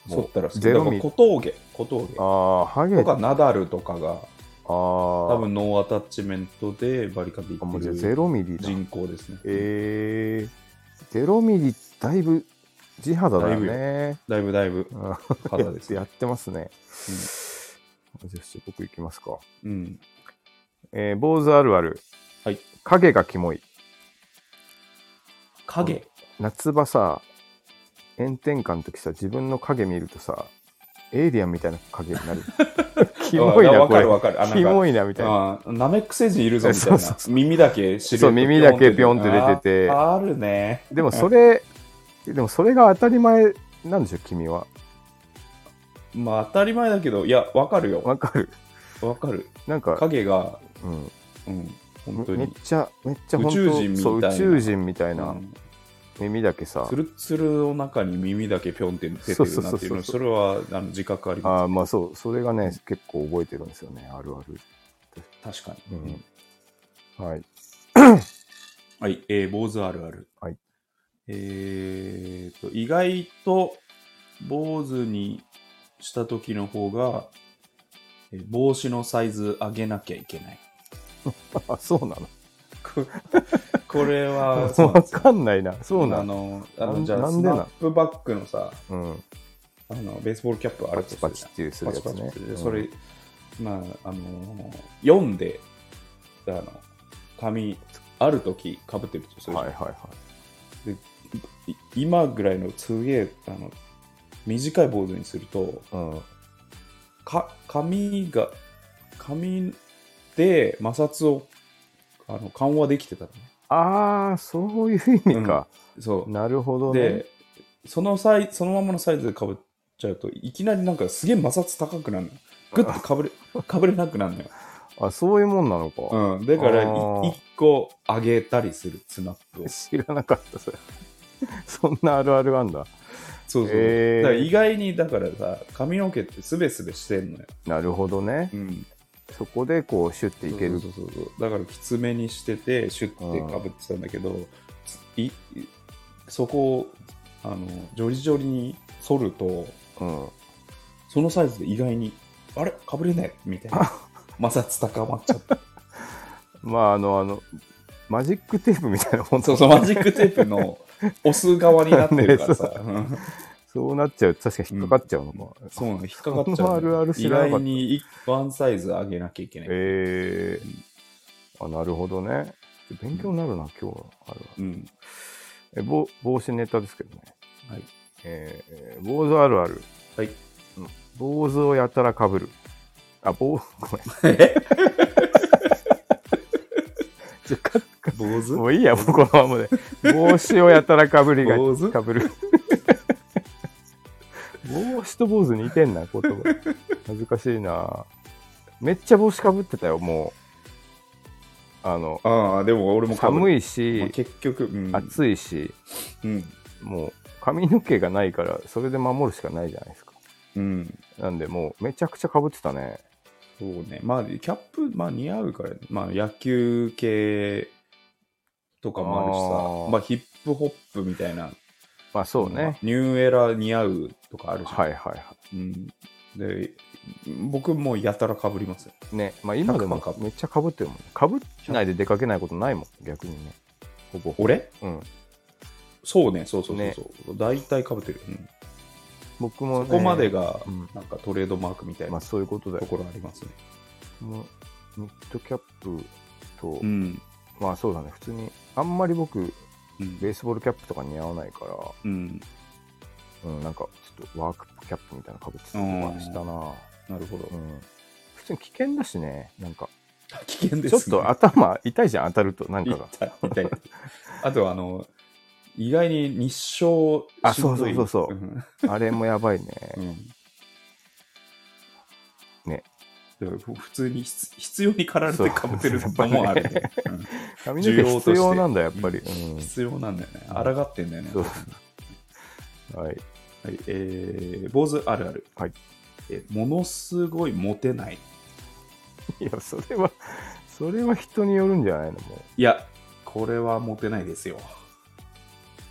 そったら、
ゼ
だ
ロ
から
ミリ
小峠、小峠
ああハゲ
とか、ナダルとかが、
ああ
多分ノーアタッチメントでバリカンでい
もう
っ
じゃ
て
あゼ
る
ロミリだ
人口ですね。
えー、ゼロミリだいぶ地肌だよね
だいぶだいぶ
うん
肌です
*laughs*
ね
やってますね、じゃあ僕いきますか
うん。
えー、坊主あるある。
はい。
影がキモい。
影
夏場さ、炎天下の時さ、自分の影見るとさ、えエイリアンみたいな影にな
*laughs*
る。キ
キ
モいな、
わ
こ
か
れ
る。わかる。あ、な
キ
んか、
モいな、みたいな。
あーナメック星人いるぞみたい
そう
な
そうそ
耳だけシルエット
そう耳だけピョンって出てて
ああるね
でもそれ、でもそれが当たり前なんでしょ、君は。
まあ当たり前だけどいやわかるよ
わかる
わかる
なんか、
影が
うん、
うん本当
めめっ
に
ちゃ、めっちゃ本当
宇宙人みたいな
そう宇宙人みたいな
うん
耳だけさ
つ、るつるの中に耳だけピョンって出て
そうそ
る
うそ
な
うそう
っていうのそれはあの自覚ありま
あーまあそう、それがね、結構覚えてるんですよね、あるある。
す確か
う
に、
んはい。 *laughs*
はい、えー、坊主あるある。
はい。
えーと、意外と坊主にした時の方が、えー帽子のサイズ上げなきゃいけない。 *laughs*
あ、そうなの
ここれは、そうなん
*laughs* わ
ですよ
かんないな。そう
あ
なの。
の、あ
な
の
ん
じゃ
な
あ、
ん
ス
でな
ナップバックのさ、
うん。
あのベースボールキャップあ
パ
る
チ
と
パ
する
チ
じゃん
っていうするやつ
パチパ
ね
チって。
うん
それ、まあ、あのー、読んで、あの、紙、ある時かぶってるとするじゃん
はいはいはい。
い今ぐらいのすげえあの短い坊主にすると
うん。
か髪が髪で摩擦をあの緩和できてたのね
ああ、そういう意味か。
そ
なるほ
う
どね
で。そのサイそのままのサイズでかぶっちゃうといきなりなんかすげえ摩擦高くなるのよグッとかぶれ *laughs* かぶれなくなるのよ、
あ、そういうもんなのか。
うん、だから
あー
1個上げたりするスナップを
知らなかった、 *laughs* それ。そんなあるあるあんだ。
そうそう、
へー
だから意外にだからさ髪の毛ってすべすべしてんのよ、
なるほどね。
うん、
そこでこう、シュッていける
そ。うそうそうそうだからきつめにしててシュッてかぶってたんだけどついいそこをあのジョリジョリに剃ると
うん。
そのサイズで意外にあれかぶれないみたい *laughs* な摩擦高まっちゃった
まあ、あの、あの、マジックテープみたいなもん
そう
だ
そうマジックテープの押す側になってる *laughs* からさ、うん
そうなっちゃう。確かに引っかかっちゃうのか。
そうなの引っかかっちゃう
その
の
あるある
意
知らなかった
外にいワンサイズ上げなきゃいけない、
ええあ、なるほどね。勉強になるな、今日は。あるわ
うん
え帽帽子ネタですけどね。
はい
えー坊主あるある。
はい
うん。坊主をやたらかぶる。あ、坊、ごめん。ちょカッ *laughs*
坊主
*laughs* もういいや、もうこのままで。帽子をやたらかぶりが
坊主
かぶ
*laughs*
る。帽子と坊主似てんな、言葉。恥ずかしいな。めっちゃ帽子かぶってたよ、もう。あの、
ああでも俺も
寒
い、
い
まあ
し、
結局、うん、
暑いし、
うん
もう髪の毛がないから、それで守るしかないじゃないですか。
うん
なんで、もうめちゃくちゃかぶってたね。
そうね。まあ、キャップ、まあ、似合うからね。まあ、野球系とかもあるしさ、
あー
まあ、ヒップホップみたいな、
まあそうね。
ニューエラ似合うとかあるじゃん。
はいはいは
うん、で、僕もうやたらかぶりますよ。
い。ね、まあ今でも
100%被る
めっちゃかぶってるもんね。かぶってないで出かけないことないもん、逆にね。ほぼ。
俺
うん。
そうね、そうそうそうそう。大体かぶってる。うん
僕も、
そ
ね、
こまでが
う、ん
なんかトレードマークみたい
ま
な
あそういうことだ
と
よ。
ころありますね。
もうニットキャップと、
うん。
まあそうだね、普通に、あんまり僕、
うん
ベースボールキャップとか似合わないか
うん。
ら、うん、なんかちょっとワークキャップみたいなのかぶってた
うん
りとかしたな。
なるほど
う。ん。普通に危険だしね、なんか、
危険です、
ちょっと頭痛いじゃん、当たると、なんかが。
痛い痛いあとはあの意外に日照
あ
しんどい
そうそうそうそうん *laughs* あれもやばいね。
うん
ね
だから普通に必必要にかられてかぶってるのもある、ね
髪の毛
需要とし
必
て
要なんだ、やっぱり。
うん
う
必要なんだよね抗ってんだよね
そうん。はい。 *laughs*
はいえー坊主あるある、
はい
えーものすごいモテない
いや、それは、それは人によるんじゃないのも
いやこれはモテないですよ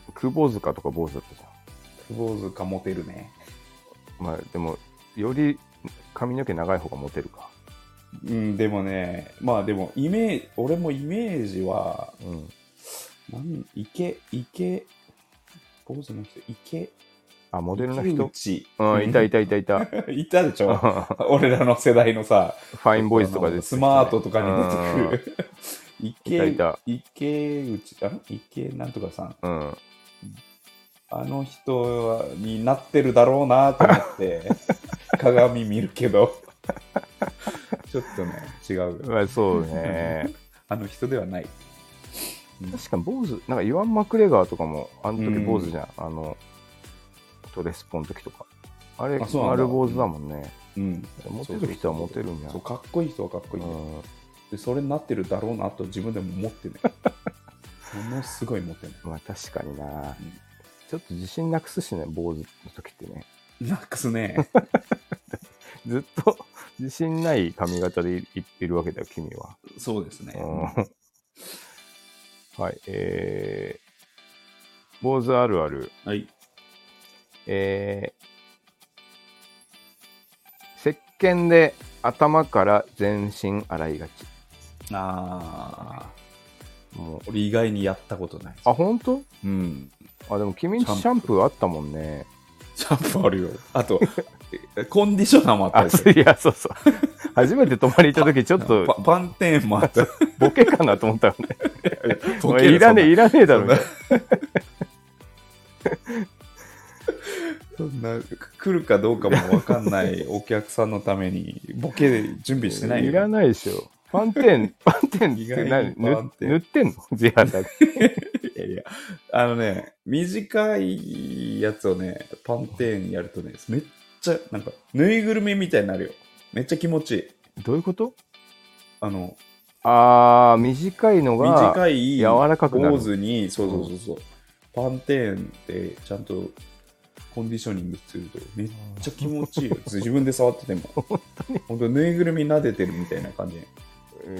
う、久保塚とか坊主だったじゃん。
坊主かモテるね
まあでもより髪の毛長い方がモテるか、
うんでもねまあでもイメージ俺もイメージは
うん、
なん池、池、坊主の人、池、
あモデルの
池
人
内
うんいたいたいたいたフ
た。 *laughs* いたでし
*laughs*
ょ
ァ
俺らの世代のさ、
インボーイズとかで
*laughs* スマートとかに出て
く
くる。池、
いたいた
池内、あ池なんとかさん。
うん、うん、
あの人になってるだろうなと思って
*laughs*
鏡見るけどちょっとね違うよ
まあそうね。
あの人ではない
確かに坊主、なんかイワン・マクレガーとかも、あの時坊主じゃん。あの、トレスポの時とか。あれ、
あそうなんだ
丸坊主だもんね。
うん
モテる人はモテるんや。
そうかっこいい人はかっこいいんだよ
うん
でそれになってるだろうなと自分でも思ってねものすごい持ってね
まあ確かにな
うん。
ちょっと自信なくすしね、坊主の時ってね。 *laughs*
なくすね
ずっと *laughs* 自信ない髪型でいいるわけだよ、君は。
そうですね
うんはい、えー、坊主あるある。
はい
えー、石鹸で頭から全身洗いがち。
ああ
もう
俺意外にやったことない
あ、本当？
うん
あ、でも君んちシ
シャンプ
ャン
ー
プーあったもんね。
シャンプーあるよ
*laughs*
あとえコンディショナーもあった
あ、
でしょ
そういや、そうそう。 *laughs* 初めて泊まり行った時、ちょっと
パパンテーンもあった
ボケかなと思ったよね。 *laughs* お
ボ
前
ケる
いらねえ、いらねえだろみたいな。
そんなそんな来るかどうかも分かんないお客さんのためにボケで準備してないよ
らないでしょ。パンテー
*laughs*
ン、パンテーン
意
っ
外
て
に
何
パ
塗
ンテーン
塗ってんの地肌で。
いやいや、あのね、短いやつをね、パンテーンやるとね、めっちゃ、なんか、ぬいぐるみみたいになるよ。めっちゃ気持ちいい。
どういうこと
あの、
あー、短いのが。
短い、
柔らかくなる
坊主に、そうそうそうそう、パンテーンってちゃんとコンディショニングすると、めっちゃ気持ちいいよ。 *laughs* 自分で触ってても。本当に本当ぬいぐるみ撫でてるみたいな感じ。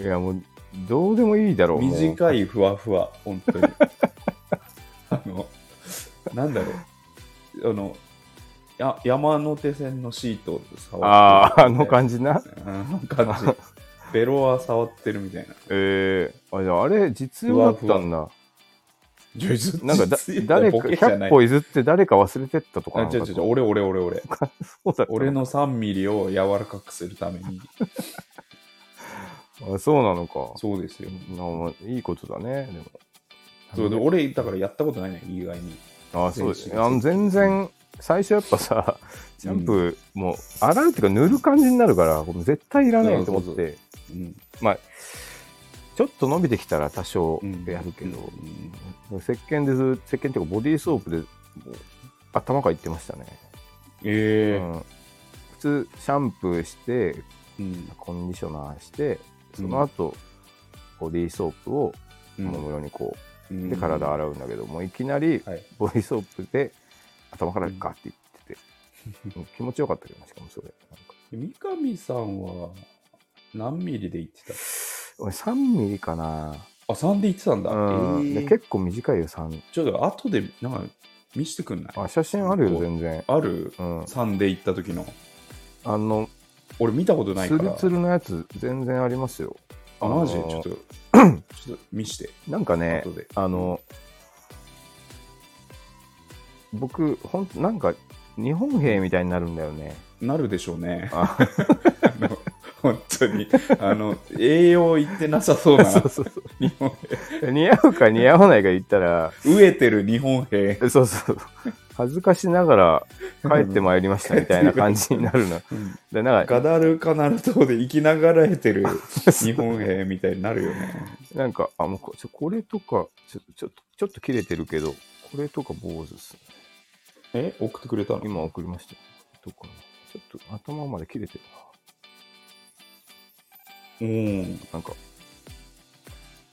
いや、もう、どうでもいいだろう。もう
短いふわふわ、本当に。 *laughs* あの、なんだろう。あの、や山手線のシートを触
あ
って
ー、あ
る
の感じ
*laughs*
な。
あの感
*laughs*
じ。ベロは触ってるみたいな。
えー、あじゃああれ、実用だったんだ。なん
*laughs*
かだ、誰か、
ボケじゃ
100
ない
歩譲って誰か忘れてったとか
あ
なんか
違う違う、俺俺俺俺。
そうだった
俺の3ミリを柔らかくするために。
あそうなのか。
そうですよ。
なんかいいことだね、でも。
そうで俺、だからやったことないね、意外に。
あそう
全身
あの全然、最初やっぱさ、シャンプー、もう、洗うっていうか、塗る感じになるから、もう絶対いらないと思
そう
っ
そ
て、
うん。
ちょっと伸びてきたら多少
うん
やるけど、
うん
石鹸でず、石鹸っていうか、ボディーソープで、もう頭からいってましたね。
え
うん普通、シャンプーして、
え。うん。
コンディショナーして、その後、ボディーソープを
う
この
ん
ようにこう、
う
で
ん
体洗うんだけど、もういきなり
はい。
ボディーソープで頭からガーっていってて、うん気持ちよかったけどね、しかもそれ。なんか
三上さんは何ミリで行って
俺3ミリかな、
たあ、3で行ってたんだ。
うん
え
で
ー
結構短いよ、3。
ちょっと後でなんか見せてくんないあ
あ写真あるよ、全然。
る
うん、
?3 で行った時の。
あの、
俺見たことない
ツ
か
ル
ら。
ツルのやつ、全然ありますよ。
あ、マジ
あ
ち
のー *clears throat*
ょっと、ちょっと見して。
なんかね、
後で。
あの、僕、ほんなんか、日本兵みたいになるんだよね。
なるでしょうね。 *laughs* あ
あ
の、本当に。あの、栄養いってなさそうな。
*laughs* そうそうそう
日本兵
似合うか似合わないか言ったら、
飢えてる日本兵。
そうそう。恥ずかしながら帰ってまいりましたみたいな感じになるの。でなんか
ガダルカナル島で生きながらえてる日本兵みたいになるよね。
なんか、あ、もうこちょこれとかちょ、ちょっと、ちょっと切れてるけど、これとか坊主っすね。
え送ってくれたの
今送りましたよ。どこかなちょっと頭まで切れてる
うん。
な。なんか、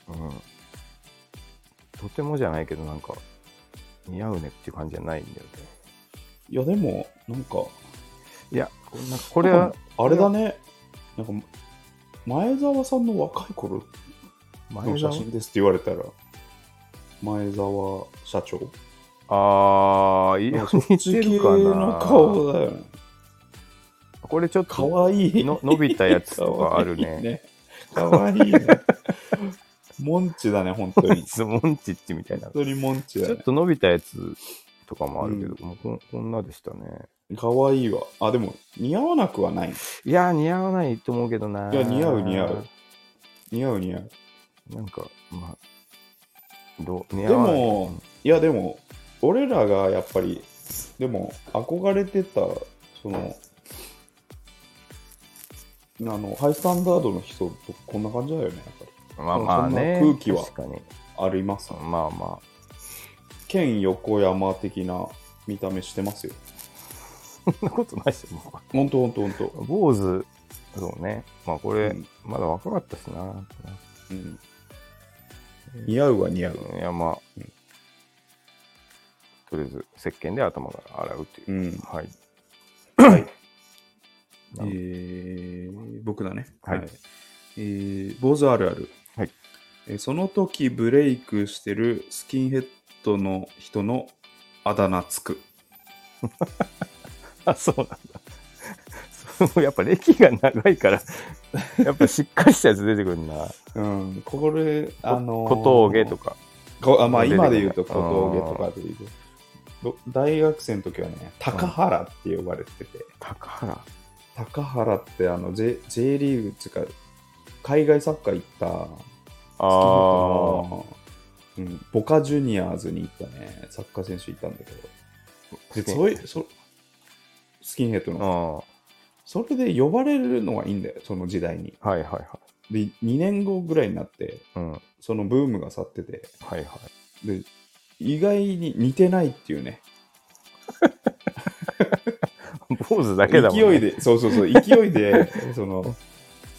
うん。とてもじゃないけど、なんか、似合うねっていう感じじゃないんだよね。
いやでもなんか
いや、こんなこれは、
あれだねなんか前澤さんの若い頃の
前
写
澤
真ですって言われたら前澤社長
あー、いや、似てるか
地球
な
の。顔だよね
これちょっ
か
と
わいい
の伸びたやつとかあるね。
かわいいねかわいいね *laughs* モンチだね本当 *laughs* に
ズモンチッチみたいな。
本当にモンチだ
ちょっ
ね
と伸びたやつとかもあるけど、もうこんこんなでしたね。
かわいいわあでも似合わなくはない
いやー、似合わないと思うけどな。
いや似合う似合う。似合う似合う
なんか、まあ、どう似
で
合わない。
もいやでも俺らがやっぱりでも憧れてたそのあのハイスタンダードの人とこんな感じだよねやっぱり
まあまあね。
そんな空気は
確かに。
あります
まあま
県横山的な見た目してますよ
あ。そんなことないですよ。も
ほんとほんとほんと
う坊主、そうね。まあこれ、
うん
まだ若かったしな。
うん似合うは似合う
いや、まあ、
うん
とりあえず、石鹸で頭が洗うというう。
ん
はい。
はい
な
え
ん
ー、僕だね。
はい
えー、坊主あるある。
はい
えーその時ブレイクしてるスキンヘッドの人のあだ名つく。
あ、そう *laughs* なんだ。そうやっぱ歴が長いから、やっぱしっかりしたやつ出てくるな。
うん、これ、あのー
小峠とか。
こあ、まあ、
出てこな
今
い
で言うと小峠とかで言うとど大学生の時はね、高原って呼ばれてて、
高原。
高原ってあの J, J リーグっていうか、海外サッカー行った
ああ。
うん、ボカジュニアーズに行ったね、サッカー選手いたんだけど。で、
スキン
そういう、そスキンヘッド
う
の。
ん。は
それで呼ばれるのはいいんだよ、その時代に。
いはいはい。
で、2年後ぐらいになって、
うん。はい
そのブームが去ってて、
はい。
で、意外に似てないっていうね、
坊主だけだもん、ね。
勢い。で、そうそうそう、勢いで、 *laughs* その、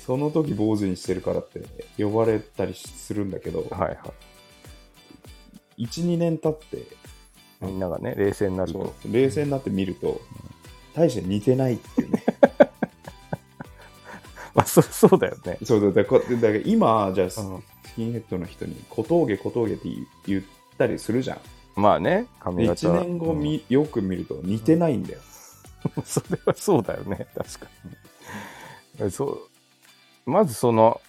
その時坊主にしてるからって呼ばれたりするんだけど、
はいはい。
1、2年経って、
みんながね、冷静になると。
そう冷静になって見ると、大して似てないってい
*laughs*
うね。
まあ、そ、そうだよね。
そうだ、だからこだから今、じゃあ、ス
うん
キンヘッドの人に、小峠、小峠って言言ったりするじゃん。
まあね、
で
髪型
1
は。
年後み、よく見ると似てないんだよ。
うん *laughs* それはそうだよね、確かに。そう。まずその、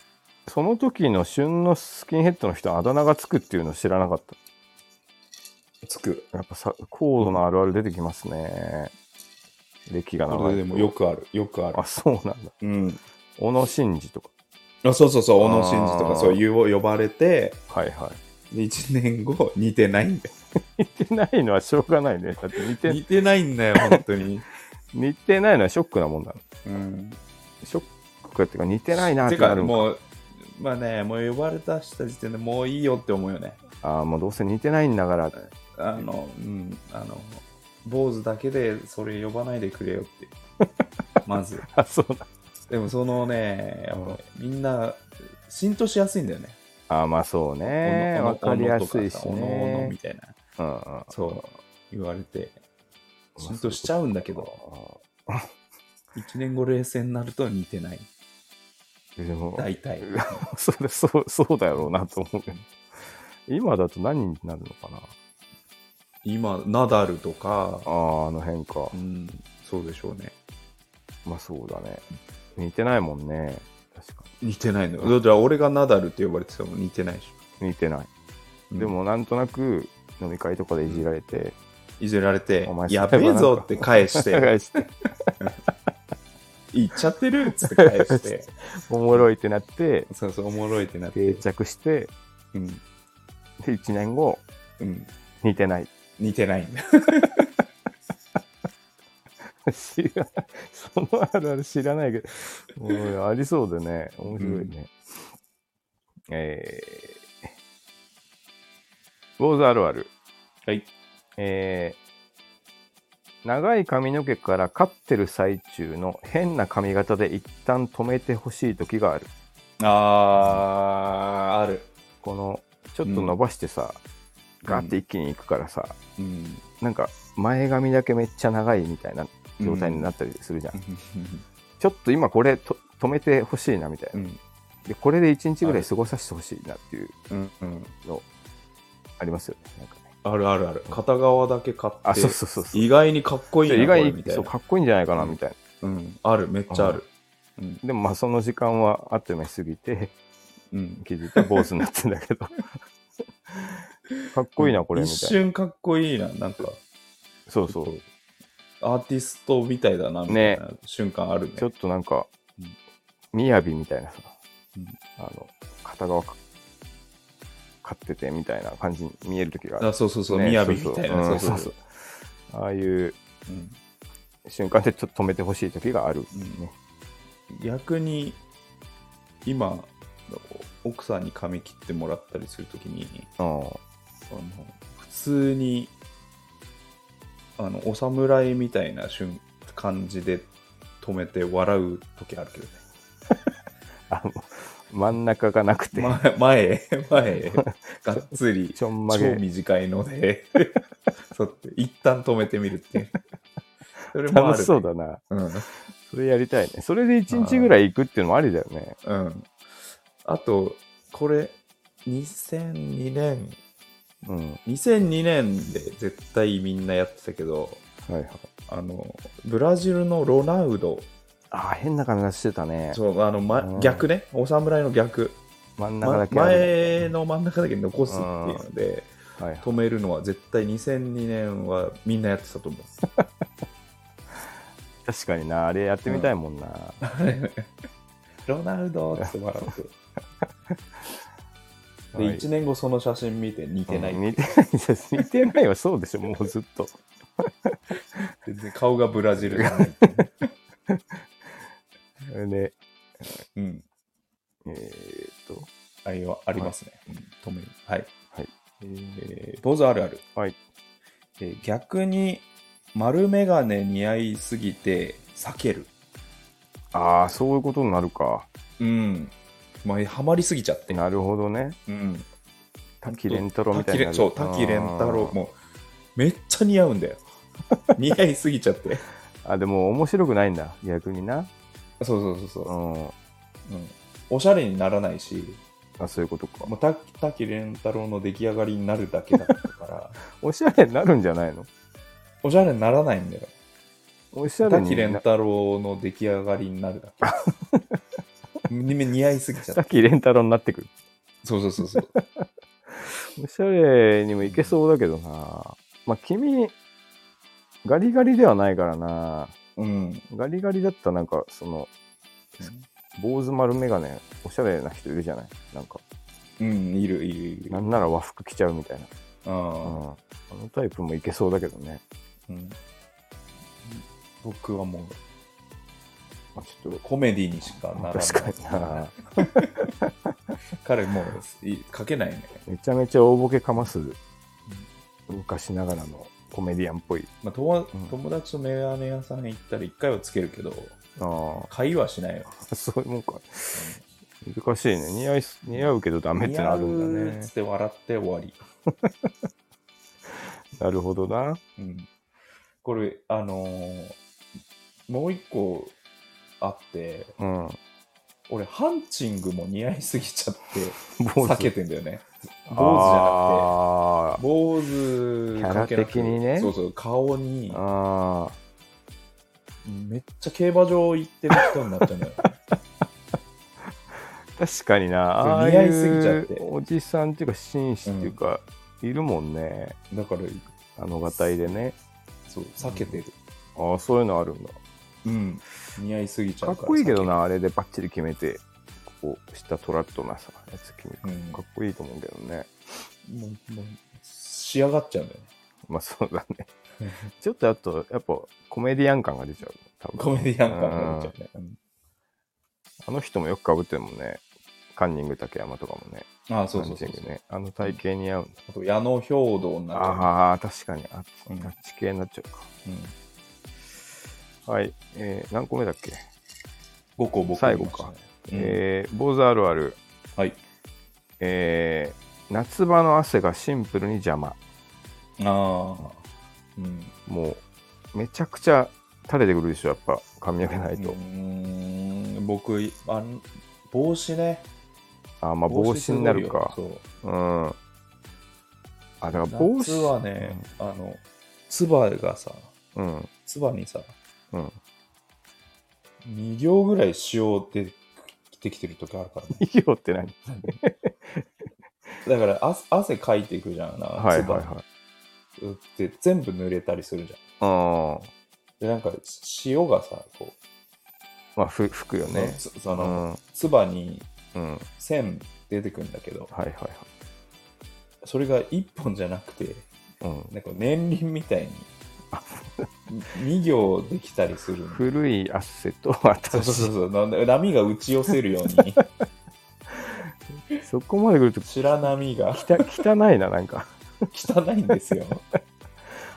その時の旬のスキンヘッドの人、あだ名がつくっていうのを知らなかった。
つく。
やっぱさ、高度のあるある出てきますね。歴が
そ
長い。
れでもよくある、よくある
あ、。そうなんだ。
うん。
小野伸二とか。
あそうそうそう、小野伸二と
あ
か、
ー
そういう呼ばれて、
はいはい。
で1年後、似てないんだよ。
似てないのはしょうがないね。だって似て
似てないんだよ、本当に。
似てないのはショックなもんだ。
うん。
ショックっていうか似て *laughs* ないなっててな
か、
るもん
もう、まあね、もう呼ばれたした時点でもういいよって思うよね。
ああもうどうせ似てないんだ
*laughs*
から
あの、うん、あの、坊主だけでそれ呼ばないでくれよって。
*laughs*
まず。
あそうだ
でもそのね、やっぱみんな浸透しやすいんだよね。
ああまあそうねわかりやすいし
おのおのみ
ね
たいな。
うんうん
そう、言われて。浸透しちゃうんだけど、1年後冷静になると似てない。
でも
大体。
*laughs* それそうそうだろうなと思うけど今だと何になるのかな
今、ナダルとか、
あああの辺か
うん、そうでしょうね。
まあそうだね似てないもんね確か
似てないのよ。だから俺がナダルって呼ばれてたの似てないでし
に似てない
ょ。
で、もなんとなく飲み会とかでいじられて
いじられて
お、前
やべえぞって返し
「
て。行っちゃってるっつって返して
*laughs* おもろい」ってなって
*laughs* そうそうおもろいってなって
定着して
うん、
で1年後
うん、
似てない
似てないんだ
知らないそのあるある知らないけどおいありそうでね面白いね、えー、坊主あるある
はい
えー、長い髪の毛から飼ってる最中の変な髪型で一旦止めてほしい時がある
あーある
このちょっと伸ばしてさ、ガーって一気にいくからさ、
うん *laughs*
なんか前髪だけめっちゃ長いみたいな状態にな
っ
ったりするじゃん、ちょっと今これと止めてほしいなみたいな、
うん
でこれで1日ぐらい過ごさせてほしいなっていう
うん、うん、
のありますよねなんかね
あるあるある片側だけ買って
あそうそうそうそう
意外にかっこいいな
意
これ
外
みた
に
い
そう
な
かっこいいんじゃないかなみたいな、
うん、あるめっちゃあるうん、
でもまあその時間はあっという間に過ぎて
うん、
気づいたら坊主になってんだ
*laughs*
けどかっこいいなこれみ
一
たいな
瞬かっこいいななんか
そうそう
アーティストみたいだなみたいな瞬間あるね
ちょっとなんか
うん
雅みたいなさ、
うん
あの片側か飼っててみたいな感じに見える時がある
あ、そうそうそう、
ね
みやびみたいな。
そ
そう
そ
う
う
そううんそう。
ああいう
うん
瞬間でちょっと止めてほしい時がある、ね
逆に、今、奥さんに髪切ってもらったりするときに、
うん
あの普通にあのお侍みたいな瞬感じで止めて笑う時あるけどね
あの真ん中がなくて、
ま前へ前へがっつり
ちょんま
超
げ
短いので *laughs* そうって一旦止めてみるっていうそれもある
楽しそうだな
うん
それやりたいねそれで1日ぐらい行くっていうのもありだよね
うんあとこれ2002年
うんは
2002年で絶対みんなやってたけど
いはい
あのブラジルのロナウド
ああ変な感じがしてたね
そうあの、ま
うん
逆ね、お侍の逆、
真ん中
ま
だけある
前の真ん中だけ残すっていうので、
はいはい
止めるのは絶対2002年はみんなやってたと思う。
確かになあれやってみたいもんな、
ロナウドって笑って。で、
はい
1年後その写真見て似てない、
うん似てない *laughs* です似てないはそうでしょもうずっと
全然顔がブラジルじゃないっていう *laughs* ね、
で
うん、
えー、っと
あれはありますね。うん止める。はい。
はい
えー坊主あるある。
はい
えー逆に、丸眼鏡似合いすぎて避ける。
ああそういうことになるか
うん。まあ、ハマりすぎちゃって。
なるほどね
うん。
滝蓮太郎みたいになる
滝蓮そう、滝蓮太郎。もう、めっちゃ似合うんだよ。 *laughs* 似合いすぎちゃって。
あーあでも面白くないんだ逆にな
そうそうそうそうう、
ん
うん。おしゃれにならないし、
あそういうことか
もう滝滝蓮太郎の出来上がりになるだけだった
*laughs*
から、
おしゃれになるんじゃないの
おしゃれにならないんだよ。
おしゃれ
滝
に
蓮
な
太郎の出来上がりになるだ
*laughs*
け。に似合いすぎちゃって。
滝蓮太郎になってくる
そうそうそうそう。
おしゃれにもいけそうだけどなまあ君ガリガリではないからな
うん。
ガリガリだったらなんかその坊主丸眼鏡おしゃれな人いるじゃないなんか
うん、いる、いる、いる。
なんなら和服着ちゃうみたいな、うん
うん。
あのタイプもいけそうだけどね、
うん、僕はもう、
まあ、ちょっ
コメディにしかなら
と
ない
確かにな
彼もうい書けないね、
めちゃめちゃ大ボケかます昔ながらのコメディアンっぽい
まあ、友
うん
友達とメガネ屋さん行ったら一回はつけるけど
あ
会話しないよ
あ *laughs* そういうもんか難しいね似合いす似合うけどダメってなるん
似
だ
合うっ
ね
つって笑って終わり、
なるほどな
うん、これあのーもう一個あって
うん
俺ハンチングも似合いすぎちゃって
坊
避けてんだよね坊主じゃ
あ
なくて坊主か
キ
けなく
ャラ的にね
そうそう顔に
ーあ
めっちゃ競馬場行ってる人になっちゃうんだよ *laughs*
ー確かにな
似合いすぎちゃって
ああいうおじさんっていうか紳士っていうか、いるもんね
だから
あのがたいでね
そう避けてる
ああそういうのあるんだ
うん、似合いすぎちゃ
か
う
っ
から
こいいけどなあれでバッチリ決めてこう下トラッとなさやつ決める
さっきうん
かっこいいと思うけどね
もうもう仕上がっちゃうんだよね
*laughs* まあそうだ
*laughs*
ねちょっとあとやっぱコメディアン感が出ちゃう多分
コメディアン感が出ちゃうね、うん
あの人もよくかぶってるもんねカンニング竹山とかもね
ああそうそうそう
カンニングねあの体型に合うんだ
あと矢野兵道になっちゃう
ああ確かにあっち
うん
あっち系になっちゃうか
うん、
はい、えー何個目だっけ、
5個僕
最後か
言いましたね、
えー坊主あるある、
うんはい
えー夏場の汗がシンプルに邪魔
ああうん
もうめちゃくちゃ垂れてくるでしょやっぱ髪の毛ないうと、
ーん僕あん帽子ね
あーまあ帽子になるか
帽子すごい
う
よ
んあだから
そう
帽
夏
子
はねあのつばがさ
うん
つばにさ
うん
2行ぐらい塩出てきてる時あるからね
いいよって何
だから汗汗かいていくじゃんな、
はいはい
唾
はい
打って全部濡れたりするじゃん。
あー
で、なんか塩がさ、こ
まあふ吹くよ
う、
ね
そそうの、
んうん
つばに
はい
線出てくるんだけど、
はいはい
それが1本じゃなくて、
うん、
なんか年輪みたいに、2行できたりするんで
古い汗と *laughs*
そう
新し
そ
いう
そうそうなんで、波が打ち寄せるよう
*laughs*
に、
そこまで来ると
白波が
きた *laughs* 汚いななんか
汚いんですよ。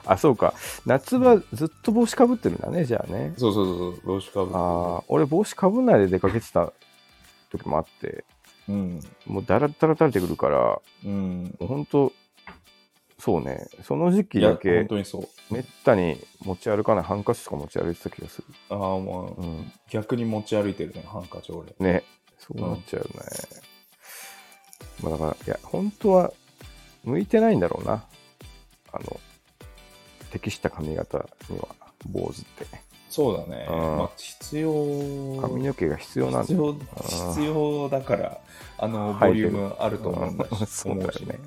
あそうか夏場ずっと帽子かぶってるんだねじゃあね
そうそうそうそう、帽子かぶって
ああ俺帽子かぶんないで出かけてた時もあって
うん。
もうだらだら垂れてくるからも
うん。
うほんとそうねその時期
いや、
だ
本
け
当にそう。
めったに持ち歩かないハンカチとか持ち歩いてた気がする、
ああ、もう、
うん、
逆に持ち歩いてるね、ハンカチ俺。
ねそうなっちゃうね、まあだからいや本当は向いてないんだろうなあの適した髪型には坊主って
そうだね。
うん
まあ、必要。
髪の毛が必要なんだ
必要必要だから、あの、ボリュームあると思うんだ
うん
し、
*laughs* そう
思
だよね
うしね。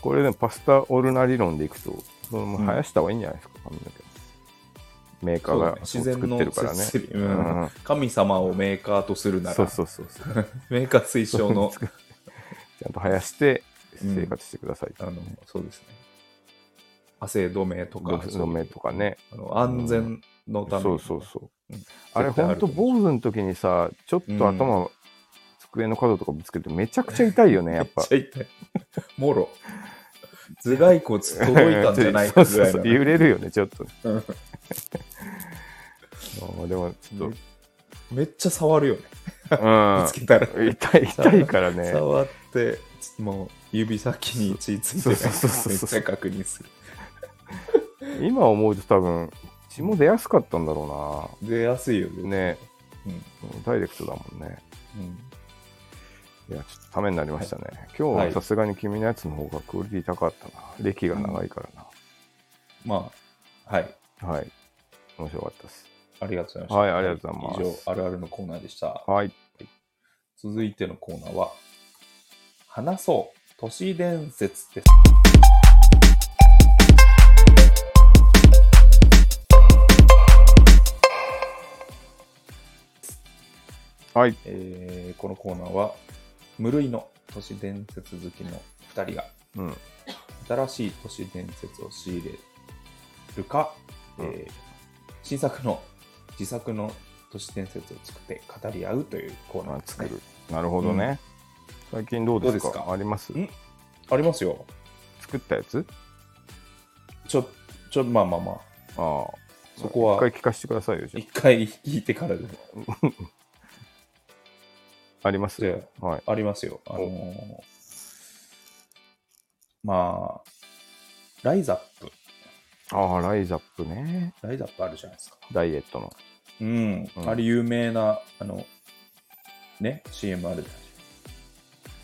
これでもパスタオルナ理論でいくと、そのまま生やした方がいいんじゃないですか、髪の毛。メーカ
そ
ー
う
が
だね
そう
自
作っ
然の
てるからね。
摂理、
う
うん
ん
神様をメーカーとするなら、
そうそうそうそう。、
メーカー推奨の
ちゃんと生やして生活してくださいって
*laughs* あの、そうですね。汗止めと
ご
か、
不明とかね。
あの安全のために、
そうそうそう。
うん
あれ、
絶対
ほ
あ
ん
る
と、
と思う
坊主の時にさ、ちょっと頭、机の角とかぶつけてめちゃくちゃ痛いよ
*laughs*
ね、やっぱ。
めっちゃ痛い。もろ。頭蓋骨届いたんじゃな
*laughs*
い
そ
か
う
ぐ
そう
らい
そう
の。
揺れるよね、ちょっと。
うん
あーでも、ちょっと
めっちゃ触るよね。ぶつ
う
けたら。
ん、痛い、痛いからね。
触って、もう指先に血ついて
そうそうそうそう
めっちゃ確認する。
今思うと多分血も出やすかったんだろ
出やすいよ
うな
ね。
ね
うん
うんダイレクトだもんね
うん
いやちょっとためになりましたね、今日はさすがに君のやつの方がクオリティ高かったな歴が長いから
まあ、はい。
な、はい面白かったです
ありがとうございました。
はいありがとうございます
以上、あるあるのコーナーでした。
はい
続いてのコーナーは、話そう、都市伝説です。
はい
えーこのコーナーは、無類の都市伝説好きの2人が、
うん
新しい都市伝説を仕入れるか、
うん
えー新作の自作の都市伝説を作って語り合うというコーナ
まあ
ーです
作
ね
る、。なるほどね、最近どうですか
どうですか
あります
んありますよ。
作ったやつ
ちょ、ちょ、まあまあまあ、
ああ
そこは
一回聞かせてくださいよじゃ
一回聞いてからでも。
ああります
じゃ
はい
ありますよ。あのーまあ、ライザップ。
ああライザップね
ライザップあるじゃないですか。
ダイエットの
うん。
うん
あれ有名な、あの、ね、CM あるじゃない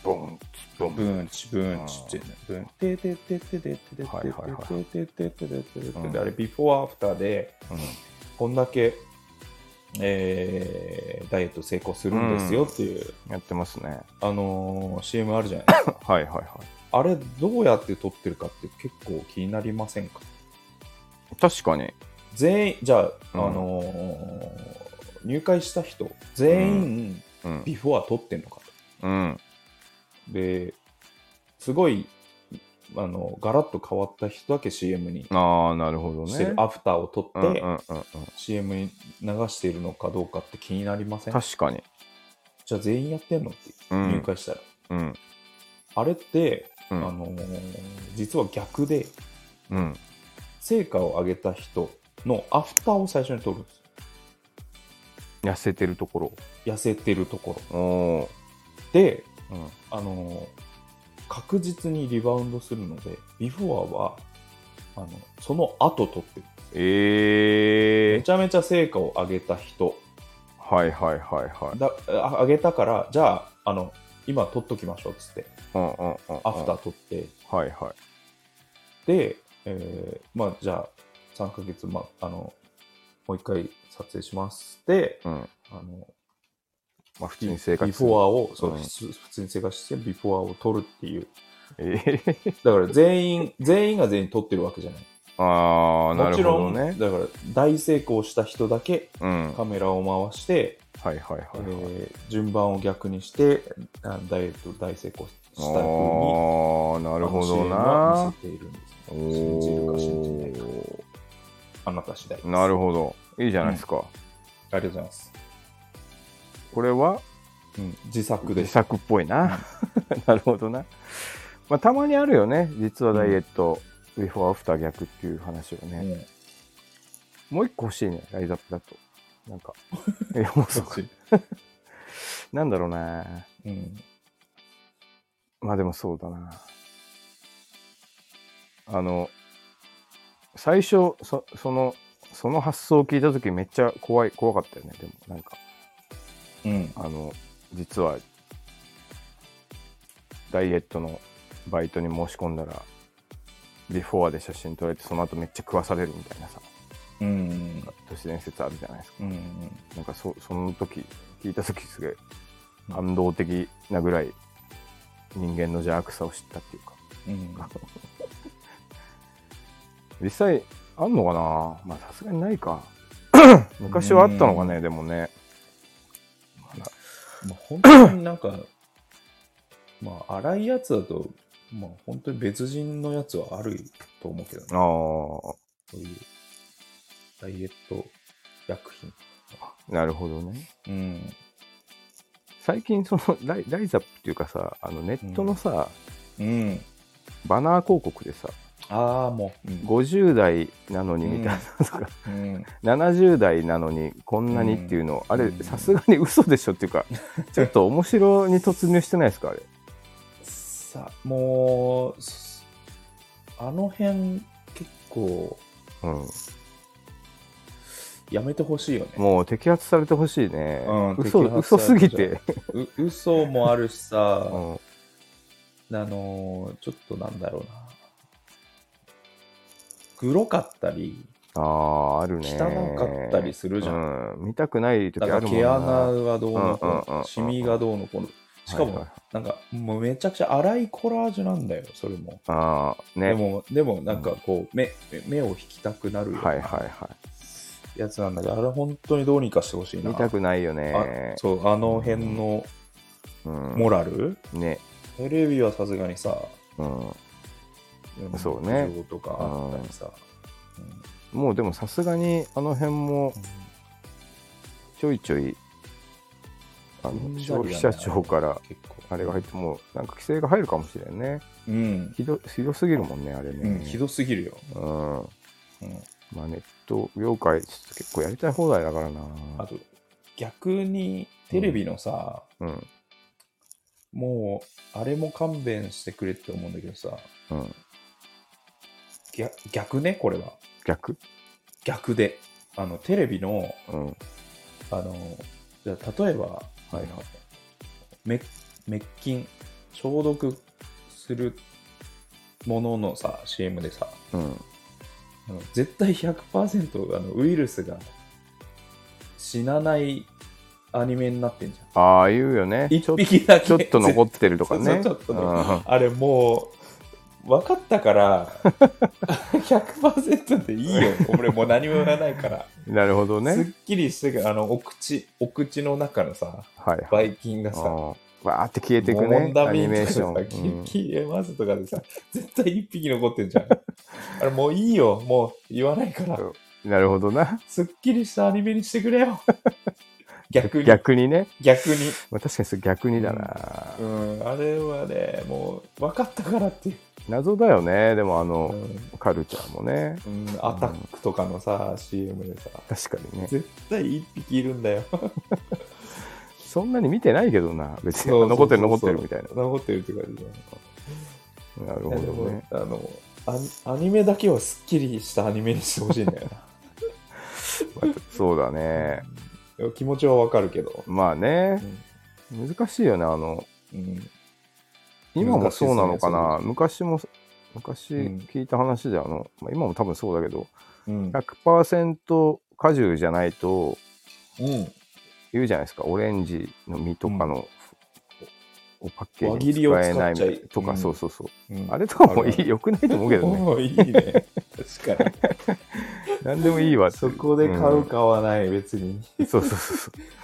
ボンボン
ブーンチ、ブーンチって、ね、ブーン。ててててててててて
はいはいは
てててててて
うん
ててあれ、ビフォーアフターで、
う
こんだけ、えーダイエット成功するんですよっていう、
ん、やってますね *laughs*
あのー CM あるじゃないですか。
はいはいはい
あれ、どうやって撮ってるかって結構気になりませんか
確かに。
全員、じゃあ、
うん
あのー入会した人、全員、
うん。
ビフォー撮ってんのかと。
うん。
で、すごい、あの、ガラッと変わった人だけ CM に
ああ、なるほどね。
してる、アフターを撮
うんうん
っ
う
て、
んうん、
CM に流しているのかどうかって気になりません
確かに。
じゃあ全員やってんのって、
うん
入会したら。
うん。
あれって、
う
あ
ん。
のー実は逆で、
うん。
成果を上げた人のアフターを最初に撮るんですよ。
痩せてるとこ
痩せてるところ。
ろ。お
で、
お。うん。
あの確実にリバウンドするので、ビフォアはあのその後取ってる
え
め
え
ちゃめちゃ成果を上げた人
ー。はいはいはいはい。
だ、あ上げたから、じゃあ、あの今取っときましょうっつって、
うんうんうん。
アフター取って、
ー。はいはい。
で、えーまあ、じゃあ、3ヶ月、まああの、もう一回撮影しますで、
うん。
あの
まあ普通に生活
ビフォアを、そ
う
う
ん
ふつ普通に生活して、ビフォアを取るっていう、
ええー。
だから全員、全員が全員取ってるわけじゃない。
ああ、な
もち
るほ
ろ
ど
ん、
ね。
だから大成功した人だけ
うん。は
カメラを回して、
いはいはい
え
はいはい。
ー順番を逆にしてあダイエット大成功した風に
ああ、なるほどな。
見せているんです
お
ね信じるか信じないか
ー
あなた次第です
なるほど。いいじゃないですか。
ありがとうございます、
これは
うん、自作で
自
す
作っぽいな。 *laughs* なるほどな。まあ、たまにあるよね。実はダイエット、ビフォーアフター逆っていう話はね。
ね
もう一個欲しいね。ライズアップだと。なんか。え、もうそ
そ
っ
っ
か
ち
なんだろうな。
うん
まあでもそうだな。あの、最初、そその、その発想を聞いたときめっちゃ怖い、怖かったよね。でも、なんか、
うん
あの、実は、ダイエットのバイトに申し込んだら、ビフォアで写真撮られて、その後めっちゃ食わされるみたいなさ、
うん
都市伝説あるじゃないですか。
うん
なんかそ、その時、聞いた時すげえ
うん
感動的なぐらい、人間の邪悪さを知ったっていうか。 *laughs*
うん
実際あんのかなまあさすがにない
*coughs*
か昔はあったのかねでもね
まあ、本当になんか、まあ、荒いやつだと、まあ、本当に別人のやつはあると思うけどね、
ああ
そういう、ダイエット薬品。
なるほどね
うん。
最近そのライライザップっていうかさあのネットのさ、
うん。
バナー広告でさ
ああ、もう。
50代なのにみたいなのとか、
うん。
70代なのにこんなにっていうの、あれ
うん
さすがに嘘でしょって
*laughs*
いうかちょっと面白に突入してないですかあれ
さ、もう、すあの辺、結構、
うん
やめてほしいよね。
もう摘発されてほしいね、
うん
嘘
摘発
嘘
さ
す
れて
ぎ
ほしい
て、
う嘘もあるしさ、
うん、
あのーちょっとなんだろうな。黒かったり、
ああ、あるね。
汚かったりするじゃん。
うん、見たくない時
だか
あ
ら
るもん
毛穴がどうの
うんうんうんう
こ
ん
うシミがどうのこうの。しか
はい
も
はい、
なんか、もうめちゃくちゃ荒いコラージュなんだよ、それも。
ああ、ね。
でも、でもなんかこう、目、目目を引きたくなるよう
はいはい
な
は
やつなんだけど、あれ本当にどうにかしてほしい
い。
な。
見たくないよ
あ
ね。
そう、あの辺の
うん、
モラル、
ね。
テレビはさすがにさ、
うん。そうね
劇場とかあったりさ。
もうでもさすがに、あの辺もちょいちょい、あ
うん
の、消費者庁から、
結構。
あれが入って、もうなんか規制が入るかもしれんね。
うん。
ひどひどすぎるもんね、あれね。
うん、ひどすぎるよ。
うん。
うん
まあネット業界、ちょっと結構やりたい放題だからな。
あと、逆にテレビのさ、
うん。
もう、あれも勘弁してくれって思うんだけどさ、
うん。
逆逆ね、これは。
逆
逆で。あの、テレビの、
うん。はい
あの、じゃあ例えば、
はい。
め滅菌、消毒するもののさ、CM でさ、
うん。
あの絶対100%あのウイルスが死なないアニメになってんじゃん。
ああ、言うよね。
一匹だけ
ちょっと残ってるとかね。
*laughs* そうそうちょっと
うん
ねあれもう分かったから *laughs* 100%でいいよ俺もう何もやらないから、
なるほど
す
*laughs*
っ
ね。
きりしてからあのお口お口の中のさ
はいはい。
ばい菌が
あ
さ
ーわーって消えていく
モ
ね
ン。ダ
ア
ミ
ニ
ン
メーシ
とかでさ
ョン。
消えますとかでさ絶対1匹残ってんじゃんあれもういいよもう言わないから
うんなるほどな。
すっきりしたアニメにしてくれよ *laughs* 逆に
逆
逆
にね。
に
まあ確かにそれ逆にだな。
うんあれはねもう分かったからっていう、
謎だよね。でもあ
う
の、
ん
カルチャーもね。
うん、アタックとかのさ、CM でさ、
確かにね。
絶対1匹いるんだよ。 *laughs*
そんなに見てないけどな。別
そうそ
に。
う
残ってる残ってるみたい
残ってるって感じだよね。
な。なるほ
いやで
ど
も
ね。
あのア、アニメだけはすっきりしたアニメにしてほしいんだよ
またそうだね。
な。気持ちはわかるけど。
まあね。難しいよね。あの、
うん。
今もそうなのか
難しい
な。昔も、昔
うん
聞いた話で、あの、まあ今も多分そうだけど、
うん。
100%果汁じゃないと
うん、
言うじゃないですかオレンジの実とかの、をパッケージに
輪
使え
切りを使
な
っ
い
ちゃい
とか、
うん
そうそうそう
うん
あれとかも
あるあ
い
る
*laughs*
*laughs*
いよくないと思うけどね
おーいいね。確かに。
何でもいいわって
そこで買う、買わない、別に。
うんそうそうそう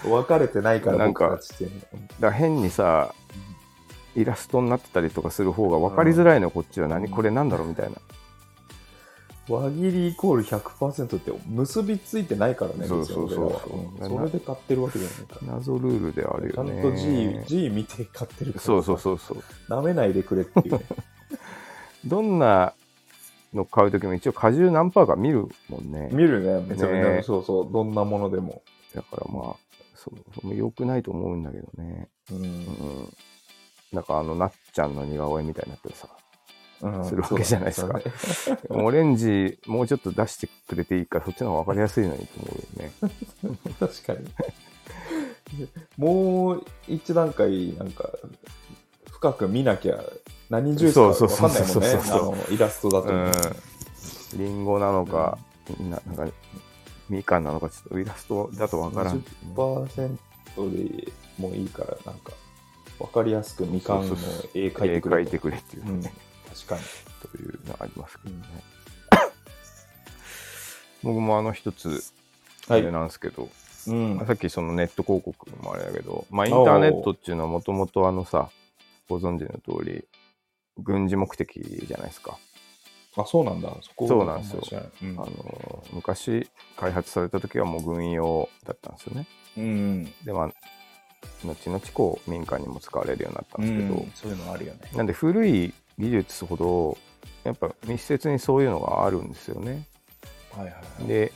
そう
分かれてないから、
なんか
僕たちって。
だから変にさイラストになってたりとかする方が分かりづらいのこっちは何これなんだろうみたいな
輪切りイコール100%って結びついてないからね、
そうそうそう
別に俺はうんそれで買ってるわけじゃないから。
謎ルールである
ち
よ
ゃん
ね
と G, G 見て買ってるから。
そうそうそうそう
舐めないでくれっていう
*laughs*
ね。
どんなの買う時も一応果汁何パーか見るもんね
見るね、めちゃめちゃ。
ね
そうそう、どんなものでも。
だからまあそう良くないと思うんだけどね
う
う
ん。
んなんかあのなっちゃんの似顔絵みたいになってるさ
うん
*laughs* するわけじゃないですか
そうだね
オレンジもうちょっと出してくれていいからそっちの方が分かりやすいのにと思うよね
確かに。 *laughs* もう一段階、なんか、深く見なきゃ、何ジュース
そう
か
そう
わかんない
そ
もんね、
うそう
あ
そう
のイラストだと。
うんリンゴなのか、ななんかみかんなのかちょっとイラストだと分からん、
10%でもいいから、なんか、わかりやすくみかんの
そうそうそう
絵描い
絵
てくれ
描いてくれっていうね
うん、確かに。
というのありますけどね。 *coughs* 僕もあの一つ、あ
は
れ
い。
なんですけど、
うん。
さっきそのネット広告もあれだけど、まあインターネットっていうのはもともとあのさ、ご存知の通り、軍事目的じゃないですか。
あ、そうなんだ。そこ
そうなんですよ
よ。
あの昔開発された時はもう軍用だったんですよね。
うん。
で、まあ、後々こう民間にも使われるようになったん
う
ですけど、
ん。そういうのあるよね。
なんで古い技術ほど、やっぱ密接にそういうのがあるんですよね。
はいはいはい。
で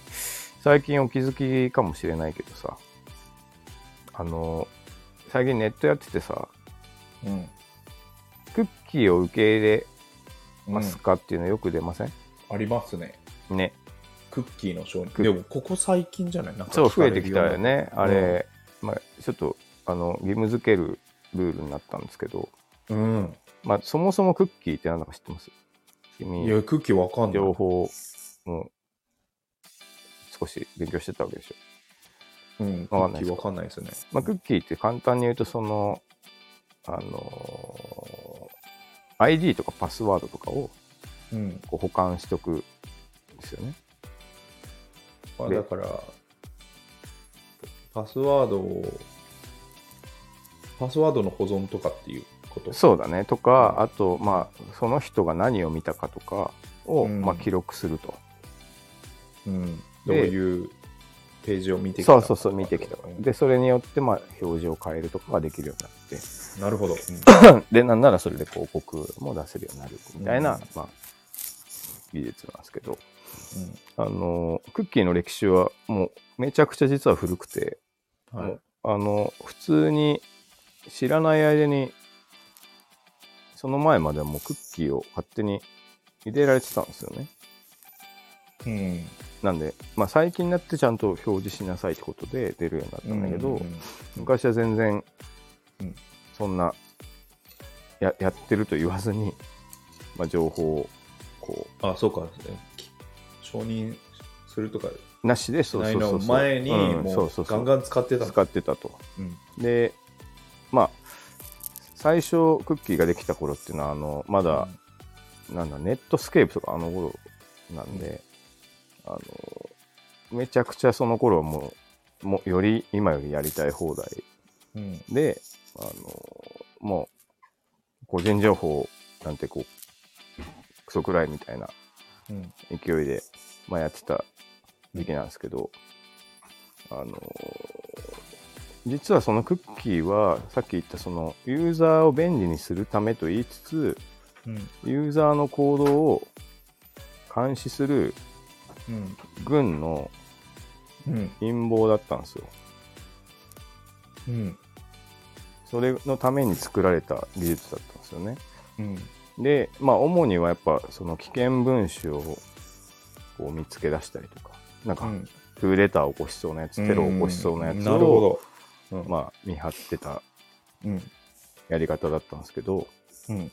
最近お気づきかもしれないけどさあの最近ネットやっててさ
うん。
クッキーを受け入れ
う
ま
ん
すかっていうのよく出ません、
ありますね。
ね
クッキーの商
ク
品。
ッ
でも、ここ最近じゃないなんか
そう
聞か
増
れ
えて
る
きたよ
うになっ
ねあれ、まあ、ちょっとあの義務付けるルールになったんですけど、
た。うん。
まあ、そもそもクッキーって何だか知ってます君
いや、クッキーわかんない。
両方も少し勉強してたわけでしょ、
うん。ク
わかん
ッ
ない
キ
で
ー
す
わかんないですね。
まあ、クッキーって簡単に言うとそのあのー ID とかパスワードとかを
うん。
こう保管しておくんですよね。
まあ、
で
だから、パスワードを、パスワードの保存とかっていうこと。
そうだねとかあと、まあ、その人が何を見たかとかを、
うん
まあ、記録すると。
うん。どう
で
いうページを見てきた
そう
か
そうそう見てきた
うん
でそれによってまあ表示を変えるとかができるようになっ
なるほど。
*laughs* てでなんならそれで広告も出せるようになるみたいな、
うん
まあ、技術なんですけど
う
あのクッキーの歴史はもうめちゃくちゃ実は古くて、
ん。はい
もうあの普通に知らない間にその前まではもうクッキーを勝手に入れられてたんですよね
うん。
なんで、まあ、最近になってちゃんと表示しなさいってことで出るようになったんだけど、
うん
昔は全然
うん
そんなややってると言わずに、まあ、情報をこ
あ、そうか。き承認するとか、
うなしでそう
な
そ
いう
そ
の
うそう
前に、
うんそ
も
うそう
う
そ
ガ
う
ンガン使ってた。
使ってたと。
うん
でまあ最初クッキーができた頃っていうのはあのまだ、なんだネットスケープとかあの頃なんで、あのめちゃくちゃその頃はもうもうより今よりやりたい放題
うん。
であのもう個人情報なんてこうクソくらいみたいな
うん。
勢いで、まあ、やってた時期なんですけど、あの実はそのクッキーはさっき言ったそのユーザーを便利にするためと言いつつ
うん。
ユーザーの行動を監視する
うん。
軍の
うん。
陰謀だったんですよ。
うん。
それのために作られた技術だったんですよね。
うん。
で、まあ、主にはやっぱその危険分子をこう見つけ出したりとか、なんか
うん
クーデターを起こしそうなやつ、テロを起こしそうなや
ん
つ
なるほ
を、
ど。うん
まあ、見張ってた
うん。
やり方だったんですけど、
うん。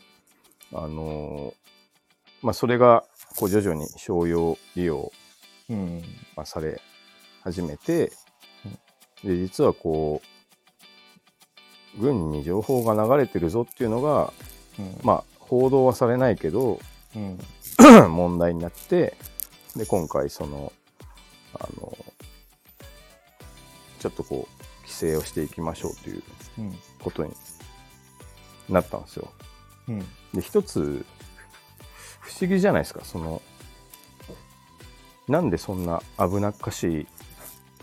あのーまあ、それがこう徐々に商用利用
うん。
まあ、され始めて、で実はこう軍に情報が流れてるぞっていうのが、
うん。
まあ、報道はされないけど *clears throat*
うん。
問題になってで今回そのあの、ちょっとこう、規制をしていきましょうという
うん。
ことになったんですよ。
うん。
で、一つ、不思議じゃないですか、その、なんでそんな危なっかしい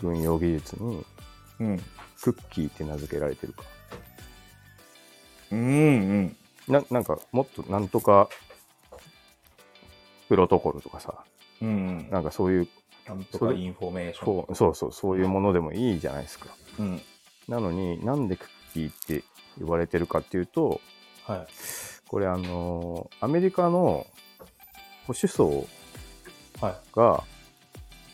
軍用技術に
うん。
クッキーって名付けられてるか。
うん。
ななんか、もっとなんとか、プロトコルとかさ、
うん。
なんかそういう、
なんとかインフォメーション。
そうそうそう、そういうものでもいいじゃないですか。
うん。
なのになんでクッキーって呼ばれてるかっていうと
はい。
これあのアメリカの保守層
はい。
が、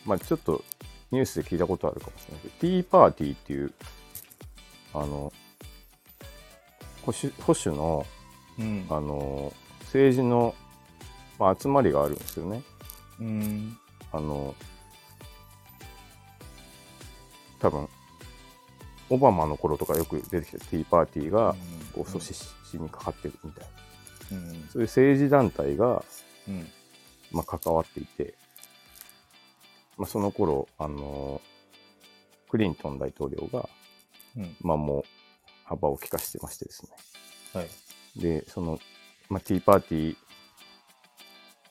まあ、ちょっとニュースで聞いたことあるかもしれないけどティーパーティーっていうあの保守保守の
うん
あの政治の、まあ、集まりがあるんですよね。
うん。
あの多分オバマの頃とかよく出てきたティーパーティーが、こう阻止しにかかってるみたいな、
うん。
そういう政治団体が、
うん。
まあ、関わっていて、まあ、その頃あのクリントン大統領が、
うん。
まあ、もう幅を利かしてましてです
はい。
ねでその、まあ、ティーパーティー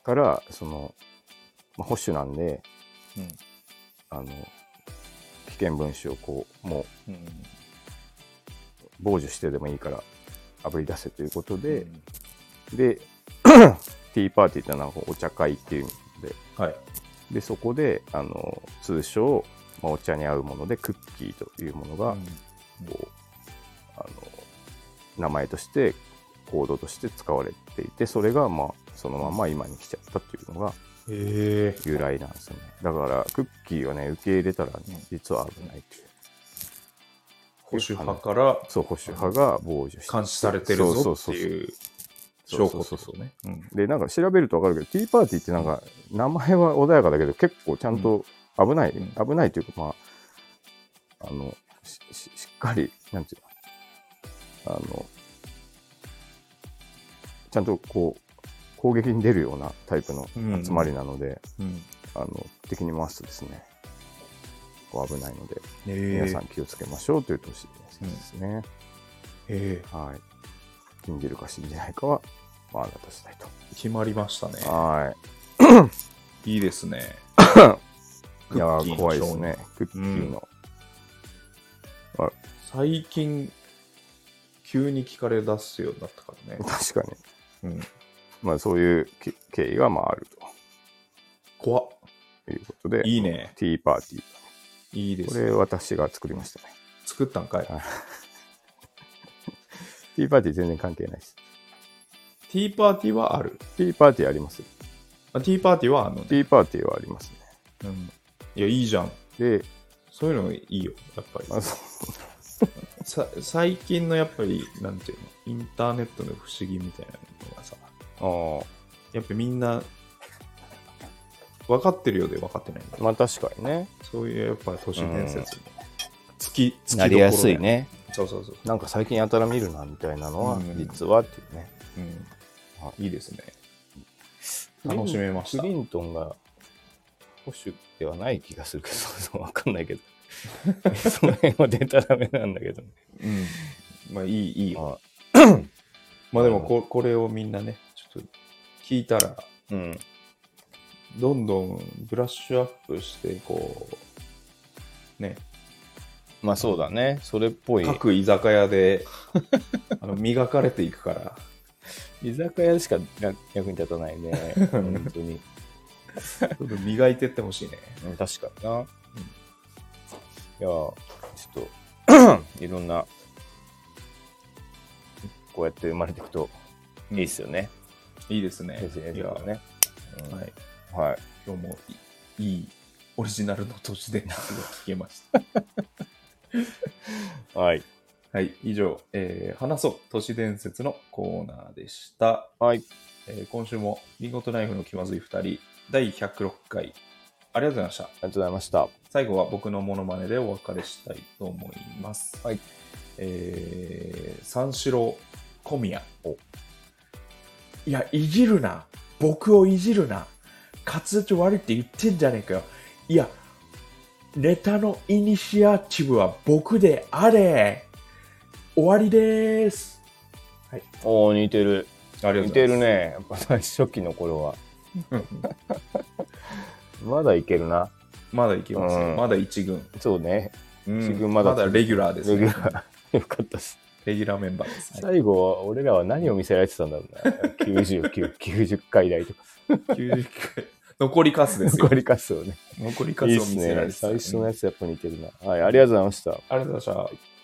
からその、まあ、保守なんで
うん。
あの危険分子をこうもう
うん。
傍受してでもいいからあぶり出せということで、
うん、
で *clears throat* ティーパーティーってのはこうお茶会っていう意味で
はい。
でそこであの通称、まあ、お茶に合うものでクッキーというものが、こうあの名前としてコードとして使われていてそれが、まあ、そのまま今に来ちゃったというのが
え
由来なんですよねだからクッキーをね受け入れたら、ね
うん
実は危ないという
保守派から
そう保守派が傍受して
監視されてるぞっていう証拠
そうそうそう
とね。うん。
でなんか調べると分かるけどティーパーティーってなんか名前は穏やかだけど結構ちゃんと危ない、
う
危ないというかまああのしししっかりなんていうのあのちゃんとこう攻撃に出るようなタイプの
うん
集まりなので、
うん。
あの敵に回すとですねこう危ないので
え
皆さん気をつけましょうという年ですね、
え
はい信じるか信じないかは、まあ、あなた次第
え決まりましたね。
とはい
いいですね。
いや
クッキー
ー
の
怖いですね。クッキーの。
最近、急に聞かれ出すようになったからね。
確かに。
うん。
まあそういうけ経緯がまあある
怖っ。
ということで、
いいね。
ティーパーティー。
いいで
こ
すね。
れ私が作りましたね。
作ったんかい。
はいティーパーティー全然関係ないです。
ティーパーティーはある。
ティーパーティーあります。
あティーパーティーはあるの
テ
ね。
ィーパーティーはありますね。
うん。いや、いいじゃん。
で、
そういうのいいよ、やっぱり。
まあそう
さ最近のやっぱり、なんていうの、インターネットの不思議みたいなのがさ、
あ
やっぱみんな、分かってるようで分かってないんだ
ーまあ確かにね。
そういうやっぱ都市伝説に、月、月
なりやすい
どころだよ。
ね。
そうそうそう。
なんか最近やたら見るなみたいなのは
うん、
実はっていうね。
うん
あ。
いいですね。楽しめました
クリントンが保守ではない気がするけど、 *laughs* そうわかんないけど。その辺はデタラメなんだけどね。
うん。まあいい、いいよ。
あ
まあでもこ、これをみんなね、ちょっと聞いたら、
うん。
どんどんブラッシュアップして、こう、ね、
まあそうだね。それっぽい。
各居酒屋で *laughs* あの磨かれていくから、
居酒屋しかな役に立たない
*laughs*
ね。本当に。
ちょっと磨いてってほしいね。
うん確かにな。いやー、ちょっと、い *clears throat* ろんな、こうやって生まれていくといいですよね。
いいですね。
ですね。
いや、は
ね。うん
い、
はい。
今日もいいいいオリジナルの都市伝説が聞けました。
はい。
はい、以上、えー話そう都市伝説のコーナーでした。
はい。
えー今週もリンゴとナイフの気まずい2人、第106回、ありがとうございました。
ありがとうございました。
最後は僕のモノマネでお別れしたいと思います。
はい。
えー、三四郎、小宮を。いや、いじるな。僕をいじるな。滑舌悪いって言ってんじゃねえかよ。いや、ネタのイニシアチブは僕であれ終わりです
おお似てる
ありがとう
似
ござ
て
います
るねやっぱ最初期の頃は
うん
まだいけるな
まだいけます、
うん
まだ1軍、
そうね
うん
一軍まだ
レギュラーです、
レギュ
ね、
ラーよかったっす
レギュラーメンバーです、ね、
最後は俺らは何を見せられてたんだろうな *laughs* 9990回台とか
90回残りカスですよ
残りカスをね
残りカ
い
ス
い
を
っ
見
す
せられ
ね
てた
最初のやつやっぱ似てるなはいありがとうございました
ありがとうございました